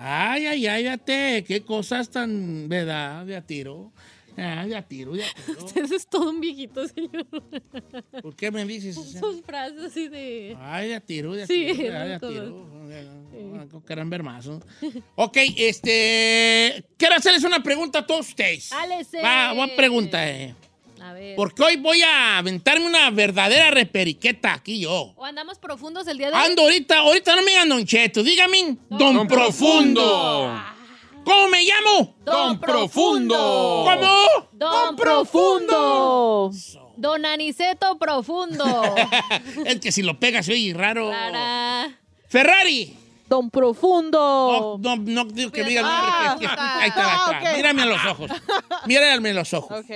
S1: Ay, ay, ay, fíjate, qué cosas tan, ¿verdad? De a tiro. Ah, de a tiro, de a tiro.
S3: Usted es todo un viejito, señor.
S1: ¿Por qué me dices eso?
S3: Sus frases así de...
S1: Ay, de a tiro, de a
S3: Sí,
S1: tiro, ¿verdad? de a
S3: todos.
S1: tiro. Ah, Con gran vermazo. Ok, este. Quiero hacerles una pregunta a todos ustedes.
S3: ¡Álese!
S1: Va, buena pregunta, eh.
S3: A ver.
S1: Porque hoy voy a aventarme una verdadera reperiqueta aquí yo.
S3: ¿O andamos profundos el día de
S1: Ando
S3: hoy?
S1: ahorita, ahorita no me digan Don Cheto, dígame Don, Profundo. ¿Cómo me llamo?
S3: Don Profundo.
S1: ¿Cómo?
S3: Don Profundo. Don Aniceto Profundo.
S1: Oh. Es que si lo pegas se oye raro.
S3: Clara.
S1: Ferrari.
S5: Don Profundo.
S1: No, no, no digo que me diga el nombre.
S5: Oh. Ah,
S1: que- que-
S5: ah,
S1: ahí te va, ahí te va.
S5: ok.
S1: Mírame a los ojos. Mírame a los ojos.
S5: Ok.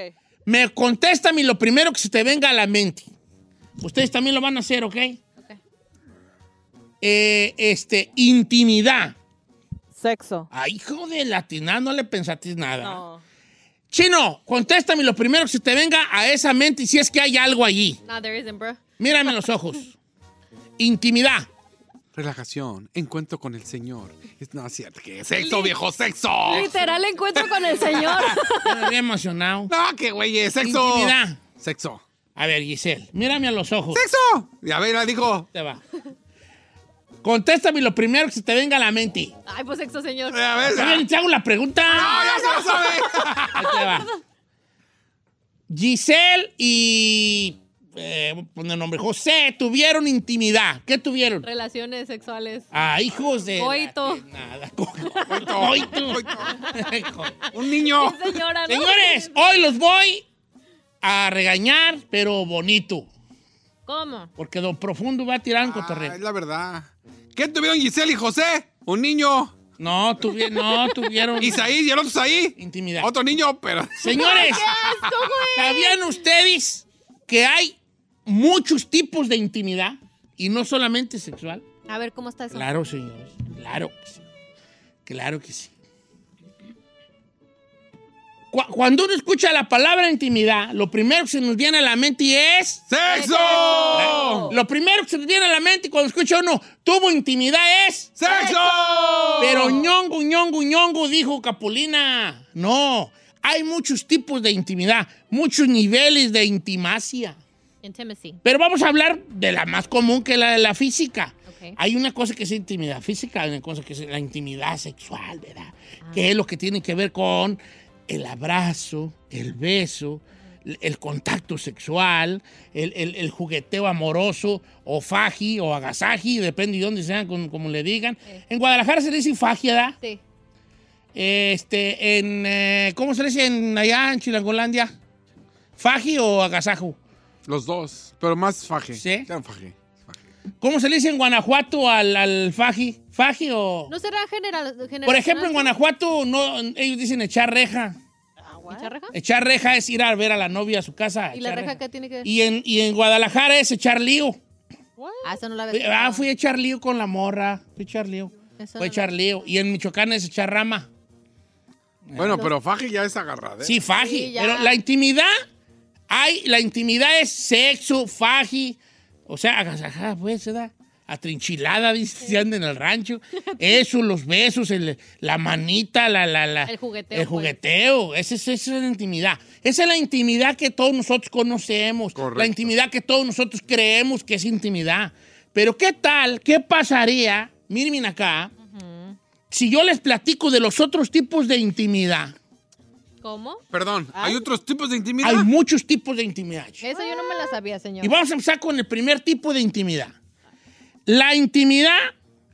S1: Me contéstame lo primero que se te venga a la mente. Ustedes también lo van a hacer, ¿ok? Eh, este, intimidad.
S5: Sexo.
S1: Ay, hijo de latina, no le pensaste nada.
S5: No.
S1: Chino, contéstame lo primero que se te venga a esa mente y si es que hay algo allí.
S3: No, there isn't, bro.
S1: Mírame a los ojos. Intimidad.
S4: Relajación, encuentro con el señor. Es- No, es cierto que sexo, viejo, sexo.
S1: Oh.
S3: Literal encuentro con el señor.
S1: Ya me había emocionado.
S4: No, qué güey, es sexo.
S1: Intimidad.
S4: Sexo.
S1: A ver, Giselle, mírame a los ojos.
S4: ¡Sexo! Ya ver, la dijo.
S1: Te va. Contéstame lo primero que se te venga a la mente.
S3: Ay, pues sexo, señor.
S1: Eh. Está bien, Te hago la pregunta.
S4: ya se lo sabe.
S1: Ahí te va. Giselle y. Eh, voy a poner nombre. José tuvieron intimidad. ¿Qué tuvieron?
S3: Relaciones sexuales.
S1: Ah, hijos de.
S3: Coito.
S1: Coito.
S4: Un niño.
S3: Sí,
S1: Oh.
S3: señora, ¿no?
S1: Señores, hoy los voy a regañar, pero bonito.
S3: ¿Cómo?
S1: Porque Don Profundo va a tirar un cotorreo.
S4: Es la verdad. ¿Qué tuvieron Giselle y José? Un niño.
S1: No, tuvieron. No, tuvieron.
S4: Isaí y el otro Isaí.
S1: Intimidad.
S4: Otro niño, pero.
S1: Señores, ¿sabían ustedes que hay muchos tipos de intimidad y no solamente sexual?
S3: A ver, ¿cómo está eso?
S1: Claro, señores. Claro que sí. Claro que sí. Cu- Cuando uno escucha la palabra intimidad, lo primero que se nos viene a la mente es...
S4: ¡Sexo!
S1: Lo primero que se nos viene a la mente cuando escucha uno, tuvo intimidad es...
S4: ¡Sexo!
S1: Pero ñongo, ñongo, ñongo, dijo Capulina. No, hay muchos tipos de intimidad, muchos niveles de intimacia.
S3: Intimacy.
S1: Pero vamos a hablar de la más común que es la de la física.
S3: Ok.
S1: Hay una cosa que es intimidad física, hay una cosa que es la intimidad sexual, ¿verdad? Que es lo que tiene que ver con el abrazo, el beso, el, el contacto sexual, el, el- el jugueteo amoroso, o faji, o agasaji, depende de dónde sean, como, como le digan. En Guadalajara se le dice faji, ¿verdad?
S3: Sí.
S1: Este, en, eh, ¿cómo se le dice en, allá en Chilangolandia? ¿Faji o agasajo?
S4: Los dos, pero más faje. ¿Sí? faje.
S1: ¿Cómo se le dice en Guanajuato al, al faji? ¿Faji o...?
S3: ¿No será general, generacional?
S1: Por ejemplo, en Guanajuato no, ellos dicen echar reja.
S3: ¿Mucha reja?
S1: Echar reja es ir a ver a la novia a su casa.
S3: ¿Y la
S1: echar
S3: reja qué tiene que ver?
S1: Y en, y en Guadalajara es echar lío.
S3: Ah, eso no la
S1: Fui-
S3: había
S1: Ah, fui a echar lío con la morra. Fui a echar lío.
S3: Eso
S1: Fui a
S3: no
S1: echar lío. Y en Michoacán es echar rama.
S4: Bueno, pero faje ya es agarrada. ¿eh?
S1: Sí, faji.
S4: Sí, ya.
S1: pero la intimidad, hay, la intimidad es sexo, faji. O sea, agasajada, pues, se da. Atrinchilada, dice, se anda en el rancho. Eso, los besos, el- la manita, la, la, la.
S3: El jugueteo,
S1: El jugueteo. Esa es, esa es la intimidad. Esa es la intimidad que todos nosotros conocemos. La intimidad que todos nosotros creemos que es intimidad. Pero, ¿qué tal? ¿Qué pasaría? Miren acá. Si yo les platico de los otros tipos de intimidad.
S3: ¿Cómo?
S4: Perdón, ¿hay otros tipos de intimidad?
S1: Hay muchos tipos de intimidad.
S3: Esa yo no me la sabía, señor.
S1: Y vamos a empezar con el primer tipo de intimidad. La intimidad,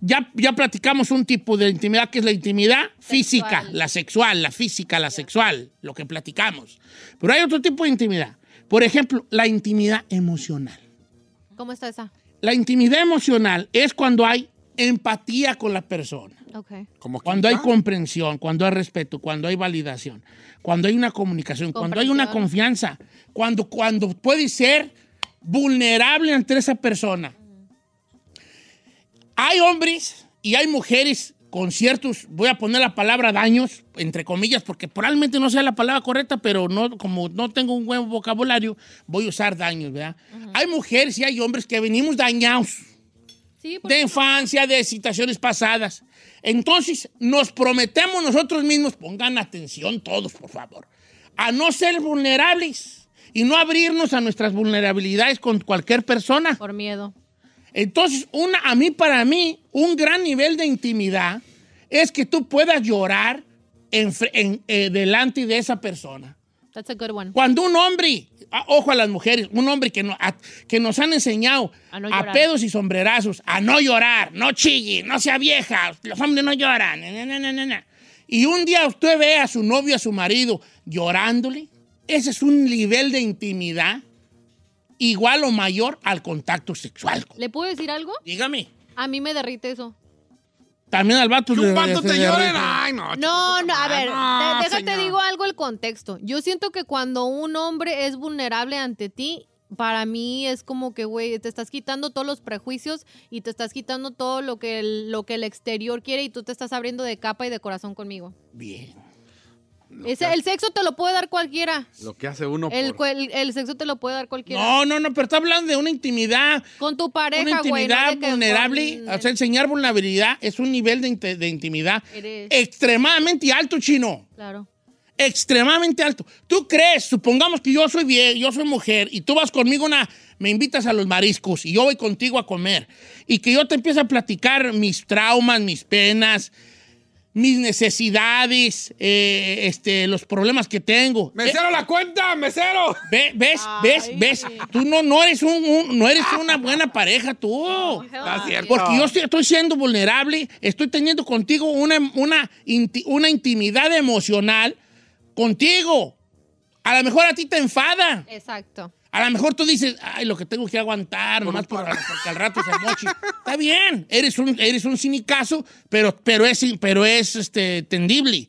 S1: ya, ya platicamos un tipo de intimidad que es la intimidad física, la sexual, la física, la sexual, lo que platicamos. Pero hay otro tipo de intimidad. Por ejemplo, la intimidad emocional.
S3: ¿Cómo está esa?
S1: La intimidad emocional es cuando hay empatía con la persona.
S3: Ok.
S1: Cuando hay comprensión, cuando hay respeto, cuando hay validación, cuando hay una comunicación, cuando hay una confianza, cuando, cuando puede ser vulnerable ante esa persona. Hay hombres y hay mujeres con ciertos, voy a poner la palabra daños, entre comillas, porque probablemente no sea la palabra correcta, pero no, como no tengo un buen vocabulario, voy a usar daños, ¿verdad? Hay mujeres y hay hombres que venimos dañados
S3: Sí, por-
S1: de infancia, de situaciones pasadas. Entonces, nos prometemos nosotros mismos, pongan atención todos, por favor, a no ser vulnerables y no abrirnos a nuestras vulnerabilidades con cualquier persona.
S3: Por miedo.
S1: Entonces, una, a mí, para mí, un gran nivel de intimidad es que tú puedas llorar en, fre- en- eh, delante de esa persona.
S3: That's a good one.
S1: Cuando un hombre, a- ojo a las mujeres, un hombre que, no- a- que nos han enseñado
S3: A no
S1: a
S3: llorar.
S1: pedos y sombrerazos, a no llorar, no chille, no sea vieja, los hombres no lloran. na, na, na, na, na. Y un día usted ve a su novio, a su marido llorándole, ese es un nivel de intimidad igual o mayor al contacto sexual.
S3: ¿Le puedo decir algo?
S1: Dígame.
S3: A mí me derrite eso.
S1: También al vato.
S4: un vato te llore,
S1: ay,
S4: no.
S3: No, no, a ver,
S4: no,
S3: te- déjate
S4: señor.
S3: digo algo el contexto. Yo siento que cuando un hombre es vulnerable ante ti, para mí es como que, güey, te estás quitando todos los prejuicios y te estás quitando todo lo que el, lo que el exterior quiere y tú te estás abriendo de capa y de corazón conmigo.
S1: Bien.
S3: Ese, el sexo te lo puede dar cualquiera.
S4: Lo que hace uno
S3: El,
S4: por...
S3: cu- el- el sexo te lo puede dar cualquiera.
S1: No, no, no, pero está hablando de una intimidad.
S3: Con tu pareja,
S1: Una
S3: güey, no
S1: intimidad
S3: de que
S1: vulnerable.
S3: con-
S1: O sea, enseñar vulnerabilidad es un nivel de, inte- de intimidad
S3: Eres-
S1: extremadamente alto, chino.
S3: Claro.
S1: Extremadamente alto. ¿Tú crees? Supongamos que yo soy vie- yo soy mujer y tú vas conmigo una. Me invitas a los mariscos y yo voy contigo a comer. Y que yo te empiezo a platicar mis traumas, mis penas, mis necesidades, eh, este, los problemas que tengo. Eh,
S4: ¡Mesero, la cuenta! ¡Mesero!
S1: Ve- ¿Ves? ¿Ves? ¿Ves? Tú no, no eres, un, un- no eres una buena pareja, tú.
S4: Está cierto.
S1: Porque yo estoy, estoy siendo vulnerable, estoy teniendo contigo una, una, inti- una intimidad emocional contigo. A lo mejor a ti te enfada.
S3: Exacto.
S1: A lo mejor tú dices, ay, lo que tengo que aguantar, nomás por- porque al rato se mochi. Está bien, eres un, eres un cinicazo, pero, pero es, pero es este, tendible.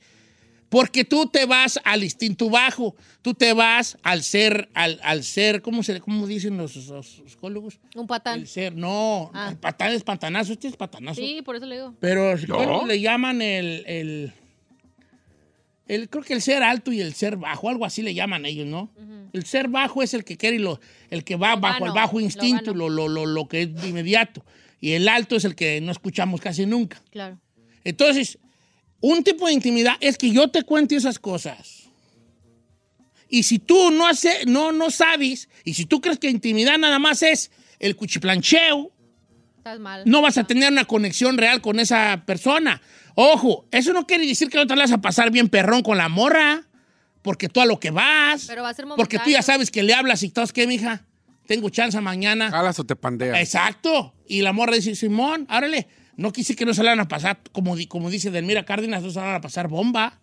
S1: Porque tú te vas al instinto bajo, tú te vas al ser, al, al ser, ¿cómo, se, ¿cómo dicen los, los psicólogos?
S3: Un patán.
S1: El ser, no,
S3: Ah.
S1: patán es patanazo, este es patanazo.
S3: Sí, por eso le digo.
S1: Pero ¿cómo le llaman el, el, el- creo que el ser alto y el ser bajo, algo así le llaman ellos, ¿no? El ser bajo es el que quiere y lo, el que va bajo el
S3: vano,
S1: bajo
S3: lo
S1: instinto, lo, lo, lo, lo que es de inmediato. Y el alto es el que no escuchamos casi nunca.
S3: Claro.
S1: Entonces, un tipo de intimidad es que yo te cuente esas cosas. Y si tú no, hace, no, no sabes, y si tú crees que intimidad nada más es el cuchiplancheo,
S3: Estás mal.
S1: no vas a tener una conexión real con esa persona. Ojo, eso no quiere decir que no te la vas a pasar bien perrón con la morra, porque tú a lo que vas,
S3: Pero va a ser
S1: porque tú ya sabes que le hablas y estás, ¿qué, mija? Tengo chance mañana.
S4: Jalas o te pandeas.
S1: Exacto. Y la morra dice, Simón, árale, no quise que no se la van a pasar, como, di- como dice Delmira Cárdenas, no se la van a pasar bomba.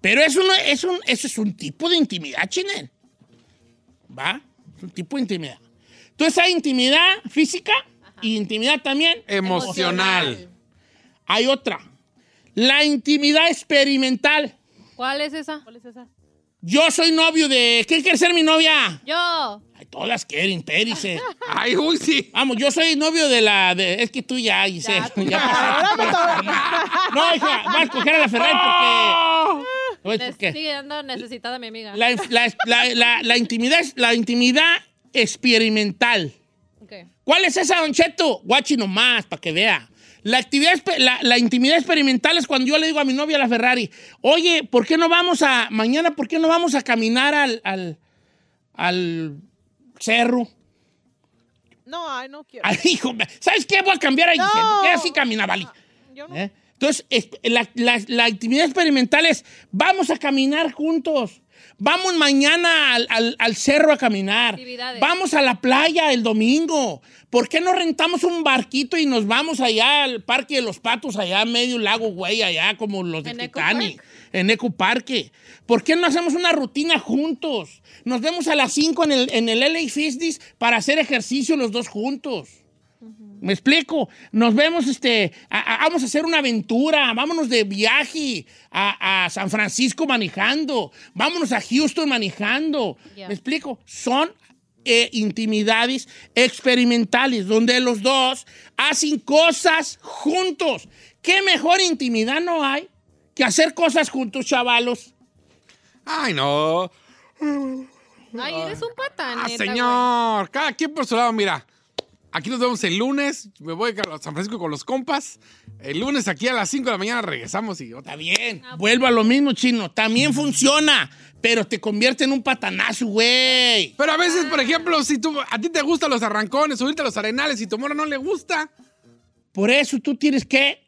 S1: Pero eso, no, es un, eso es un tipo de intimidad, chinen. ¿Va? Es un tipo de intimidad. Entonces hay intimidad física y intimidad también
S4: Emocional.
S1: Hay otra. La intimidad experimental.
S3: ¿Cuál es esa?
S1: Yo soy novio de... ¿Quién quiere ser mi novia?
S3: Yo.
S1: Todas quieren, périce. Ay, uy, sí. Vamos, yo soy novio de la... de- es que tú ya, Giselle. ya pasaste. no, hija, va a escoger a la Ferrari porque... Te voy a decir por qué.
S3: Sigue dando necesitada mi amiga.
S1: La, la- la- la- la intimidad, la intimidad experimental.
S3: Ok.
S1: ¿Cuál es esa, Don Cheto? Guachi nomás, para que vea. La, actividad, espe- la, la intimidad experimental es cuando yo le digo a mi novia, la Ferrari, oye, ¿por qué no vamos a, mañana, por qué no vamos a caminar al, al, al cerro?
S5: No, ay, no quiero.
S1: Ay, hijo, me- ¿sabes qué? Voy a cambiar ahí.
S5: No.
S1: Que así caminaba, Ali. ¿Eh? Entonces, es- la, la- la actividad experimental es, vamos a caminar juntos. Vamos mañana al, al- al cerro a caminar.
S3: Actividades.
S1: Vamos a la playa el domingo. ¿Por qué no rentamos un barquito y nos vamos allá al Parque de los Patos, allá a medio lago, güey, allá como los de
S3: En Eco
S1: Titanic, en Eco Parque? ¿Por qué no hacemos una rutina juntos? Nos vemos a las 5 en el, en el LA Fitness para hacer ejercicio los dos juntos. ¿Me explico? Nos vemos, este, a- a- vamos a hacer una aventura, vámonos de viaje a, a San Francisco manejando, vámonos a Houston manejando.
S12: Ya.
S1: ¿Me explico? Son eh, intimidades experimentales, donde los dos hacen cosas juntos. ¿Qué mejor intimidad no hay que hacer cosas juntos, chavalos?
S4: Ay, no.
S3: Ay, eres un patán.
S4: Ah,
S3: neta,
S4: señor. Cada quien por su lado, mira. Aquí nos vemos el lunes. Me voy a San Francisco con los compas. El lunes aquí a las 5 de la mañana regresamos y otra.
S1: Está bien. Vuelvo a lo mismo, chino. También funciona, pero te convierte en un patanazo, güey.
S4: Pero a veces, por ejemplo, si tú a ti te gustan los arrancones, subirte a los arenales y tu mora no le gusta.
S1: Por eso tú tienes que,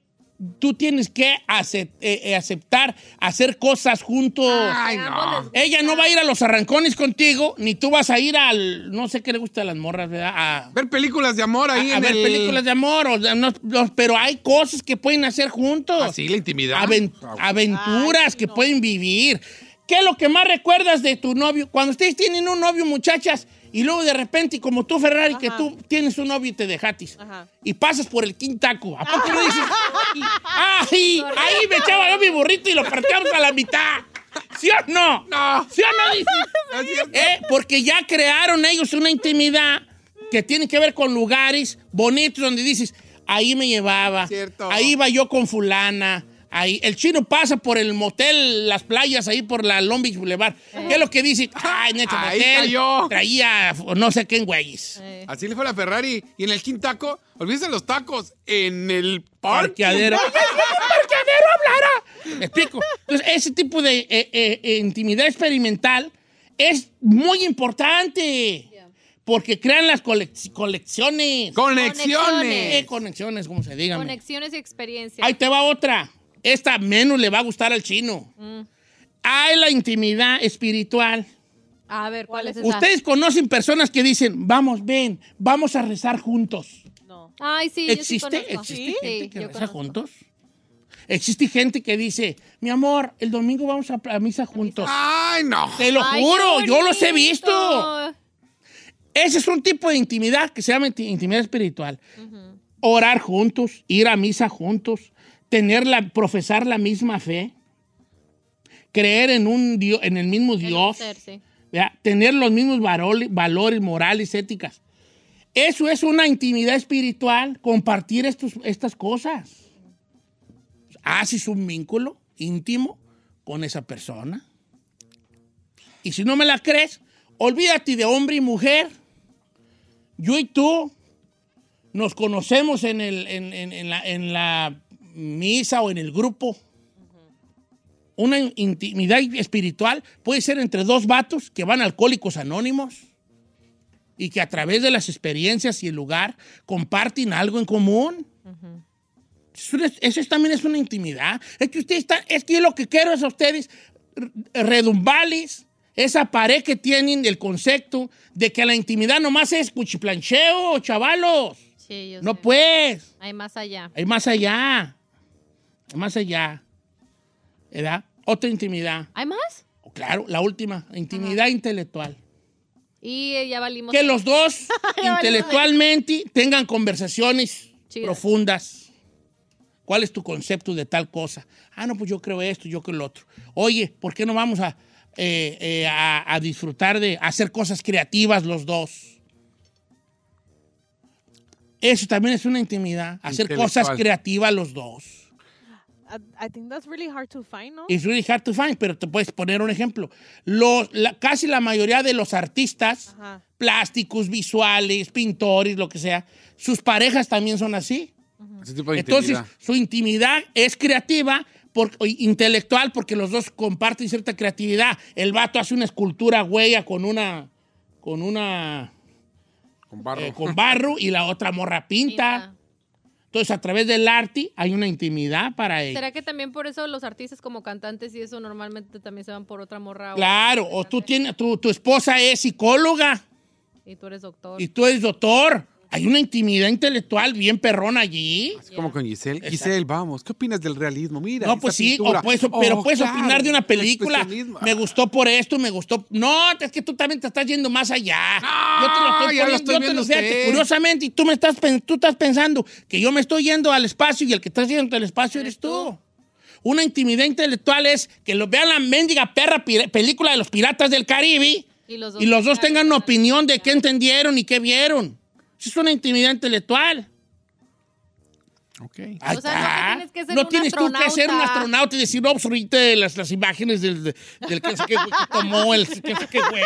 S1: tú tienes que ace- eh, eh, aceptar hacer cosas juntos.
S4: Ay, no.
S1: Ella no Eh, va a ir a los arrancones contigo, ni tú vas a ir al, no sé qué le gusta a las morras, ¿verdad? A,
S4: Ver películas de amor ahí
S1: a- a
S4: en
S1: ver
S4: el-
S1: películas de amor, o sea, no- no, pero hay cosas que pueden hacer juntos.
S4: Así la intimidad.
S1: Aven- aventuras que pueden vivir. ¿Qué es lo que más recuerdas de tu novio? Cuando ustedes tienen un novio, muchachas, y luego de repente, como tú, Ferrari, que tú tienes un novio y te dejatis. Y pasas por el Quintaco. ¿A poco no dices? ¡Ay! Ahí me echaba yo mi burrito y lo partíamos a la mitad. ¿Sí o no? No. ¿Sí o no dices? Eh, porque ya crearon ellos una intimidad que tiene que ver con lugares bonitos donde dices, ahí me llevaba, ahí iba yo con fulana, ahí el chino pasa por el motel, las playas ahí por la Long Beach Boulevard. ¿Qué es lo que dice? Ay, en este
S4: Ahí
S1: motel
S4: cayó.
S1: traía no sé quién güeyes.
S3: eh,
S4: Así le fue a la Ferrari. Y en el quintaco, olvídense los tacos. En el parque.
S1: Parqueadero. parqueadero hablara! Me explico. Entonces, ese tipo de eh, eh, eh, intimidad experimental es muy importante. Porque crean las colec- colecciones.
S3: Conexiones.
S1: Eh, conexiones, como se diga.
S3: güey.
S1: men.
S3: Conexiones y experiencias.
S1: Ahí te va otra. Esta menos le va a gustar al chino.
S3: Mm.
S1: Hay la intimidad espiritual.
S3: A ver, ¿cuál es esa?
S1: Ustedes conocen personas que dicen, vamos, ven, vamos a rezar juntos.
S3: Ay, sí. yo sí
S1: ¿Existe,
S3: conozco.
S1: existe
S3: Sí,
S1: gente que
S3: yo
S1: reza
S3: conozco.
S1: juntos? Existe gente que dice, mi amor, el domingo vamos a, a misa juntos.
S4: ¡Ay, no!
S1: Te lo
S3: Ah, Ay, qué
S1: juro, yo los he visto.
S3: bonito.
S1: Ese es un tipo de intimidad que se llama inti- intimidad espiritual. Orar juntos, ir a misa juntos, tener la, profesar la misma fe, creer en un Dios, en el mismo Dios.
S3: Ser, sí.
S1: ¿verdad? tener los mismos varole- valores morales, éticas. Eso es una intimidad espiritual, compartir estos, estas cosas. Haces un vínculo íntimo con esa persona. Y si no me la crees, olvídate de hombre y mujer. Yo y tú nos conocemos en, el- en- en- en la, en la misa o en el grupo una intimidad espiritual puede ser entre dos vatos que van a alcohólicos anónimos y que a través de las experiencias y el lugar comparten algo en común. Es una- Eso es- también es una intimidad. Es que ustedes están, es que yo lo que quiero es a ustedes r- redumbarles esa pared que tienen del concepto de que la intimidad nomás es cuchiplancheo, chavalos.
S3: Sí, yo
S1: No
S3: sé.
S1: pues.
S3: Hay más allá.
S1: Hay más allá. Hay más allá. ¿Verdad? Otra intimidad.
S3: ¿Hay más?
S1: Claro, la última. Intimidad intelectual.
S3: Y eh, ya valimos.
S1: Que los dos
S3: Ya valimos.
S1: intelectualmente tengan conversaciones
S3: Chidas.
S1: profundas. ¿Cuál es tu concepto de tal cosa? Ah, no, pues yo creo esto, yo creo lo otro. Oye, ¿por qué no vamos a, eh, eh, a- a disfrutar de hacer cosas creativas los dos? Eso también es una intimidad, hacer cosas
S5: Intelectual.
S1: creativas los dos.
S5: I, I think that's really hard to find, ¿no?
S1: It's really hard to find, pero te puedes poner un ejemplo. Los, la- casi la mayoría de los artistas,
S5: Ajá.
S1: plásticos, visuales, pintores, lo que sea, sus parejas también son así.
S4: Ese tipo de
S1: Entonces,
S4: intimidad.
S1: su intimidad es creativa, por- o intelectual, porque los dos comparten cierta creatividad. El vato hace una escultura huella con una. con una.
S4: con barro.
S1: eh, con barro y la otra morra pinta. Entonces, a través del arte hay una intimidad para ellos.
S3: ¿Será que también por eso los artistas como cantantes y eso normalmente también se van por otra morra? o-
S1: Claro, o tú tienes, tu, tu esposa es psicóloga
S3: Y tú eres doctor.
S1: y tú eres doctor. Hay una intimidad intelectual bien perrona allí.
S4: Como con Giselle. Giselle, vamos, ¿qué opinas del realismo? Mira.
S1: No,
S4: esta
S1: pues sí,
S4: pintura.
S1: o puedes- pero
S4: Oh,
S1: puedes
S4: claro,
S1: opinar de una
S4: el
S1: película.
S4: expresionismo.
S1: Me gustó por esto, me gustó. No, es que tú también te estás yendo más allá. yo te lo estoy
S4: ya lo
S1: poniendo-
S4: estoy
S1: yo te
S4: viendo
S1: lo- fíjate,
S4: usted.
S1: curiosamente, y tú me estás, pen- tú estás pensando que yo me estoy yendo al espacio y el que estás yendo al espacio eres tú. Una intimidad intelectual es que lo vean la mendiga perra pira- película de los piratas del Caribe.
S3: Y los dos.
S1: Y los dos tengan una opinión de qué entendieron y qué vieron. Eso es una intimidad intelectual. Ahí
S3: O sea, no
S1: está.
S3: que tienes que ser
S1: No
S3: un
S1: tienes tú que ser un
S3: astronauta.
S1: astronauta y decir, no, pues ahorita las, las imágenes del, de- del que, sé qué güey que tomó, el que sé qué güey.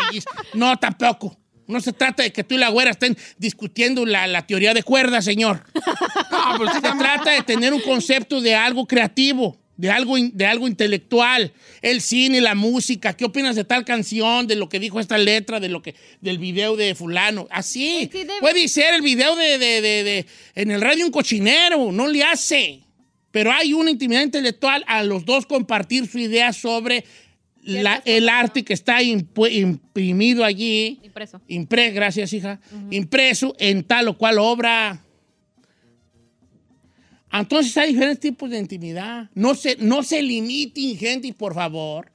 S1: No, tampoco. No se trata de que tú y la güera estén discutiendo la, la teoría de cuerdas, señor. se trata de tener un concepto de algo creativo, de algo, in- de algo intelectual. El cine, la música, ¿qué opinas de tal canción, de lo que dijo esta letra, de lo que, del video de fulano? Así. Puede ser el video de, de- de- de- en el radio un cochinero, no le hace. Pero hay una intimidad intelectual a los dos compartir su idea sobre la- el arte que está impu- imprimido allí.
S3: Impreso.
S1: Impre- gracias, hija. Impreso en tal o cual obra. Entonces hay diferentes tipos de intimidad. No se, no se limiten, gente, por favor.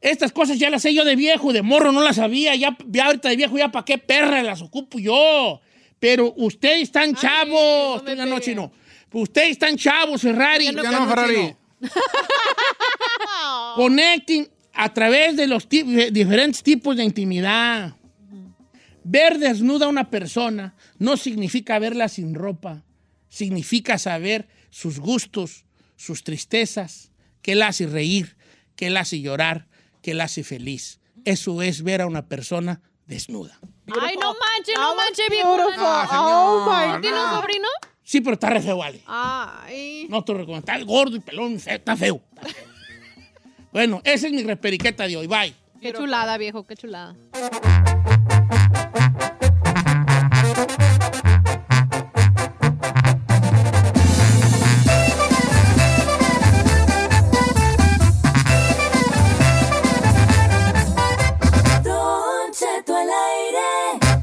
S1: Estas cosas ya las sé yo de viejo, de morro no las sabía. Ya, ya ahorita de viejo, ya para qué perra las ocupo yo. Pero ustedes están chavos. Tú ya no, chino. Pues Ustedes están chavos, Ferrari.
S4: Ya no, Ya no, chino. Ferrari.
S1: Conecten a través de los ti- de diferentes tipos de intimidad. Ver desnuda a una persona no significa verla sin ropa. Significa saber sus gustos, sus tristezas, qué la hace reír, qué la hace llorar, qué la hace feliz. Eso es ver a una persona desnuda.
S3: Ay, no manches,
S5: That
S3: no
S5: was
S3: manches, viejo.
S5: beautiful. Oh, my
S3: ¿Tiene un
S5: God.
S3: sobrino?
S1: Sí, pero está re feo, Ale.
S3: Ay.
S1: No te lo recomiendo. Está gordo y pelón, fe- está feo. Está feo. bueno, esa es mi reperiqueta de hoy. Bye.
S3: Qué chulada, viejo, qué chulada.
S6: Don Cheto al aire.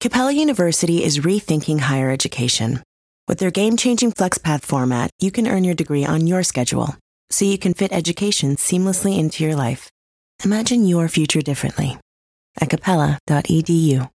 S11: Capella University is rethinking higher education. With their game changing FlexPath format, you can earn your degree on your schedule so you can fit education seamlessly into your life. Imagine your future differently at capella.edu.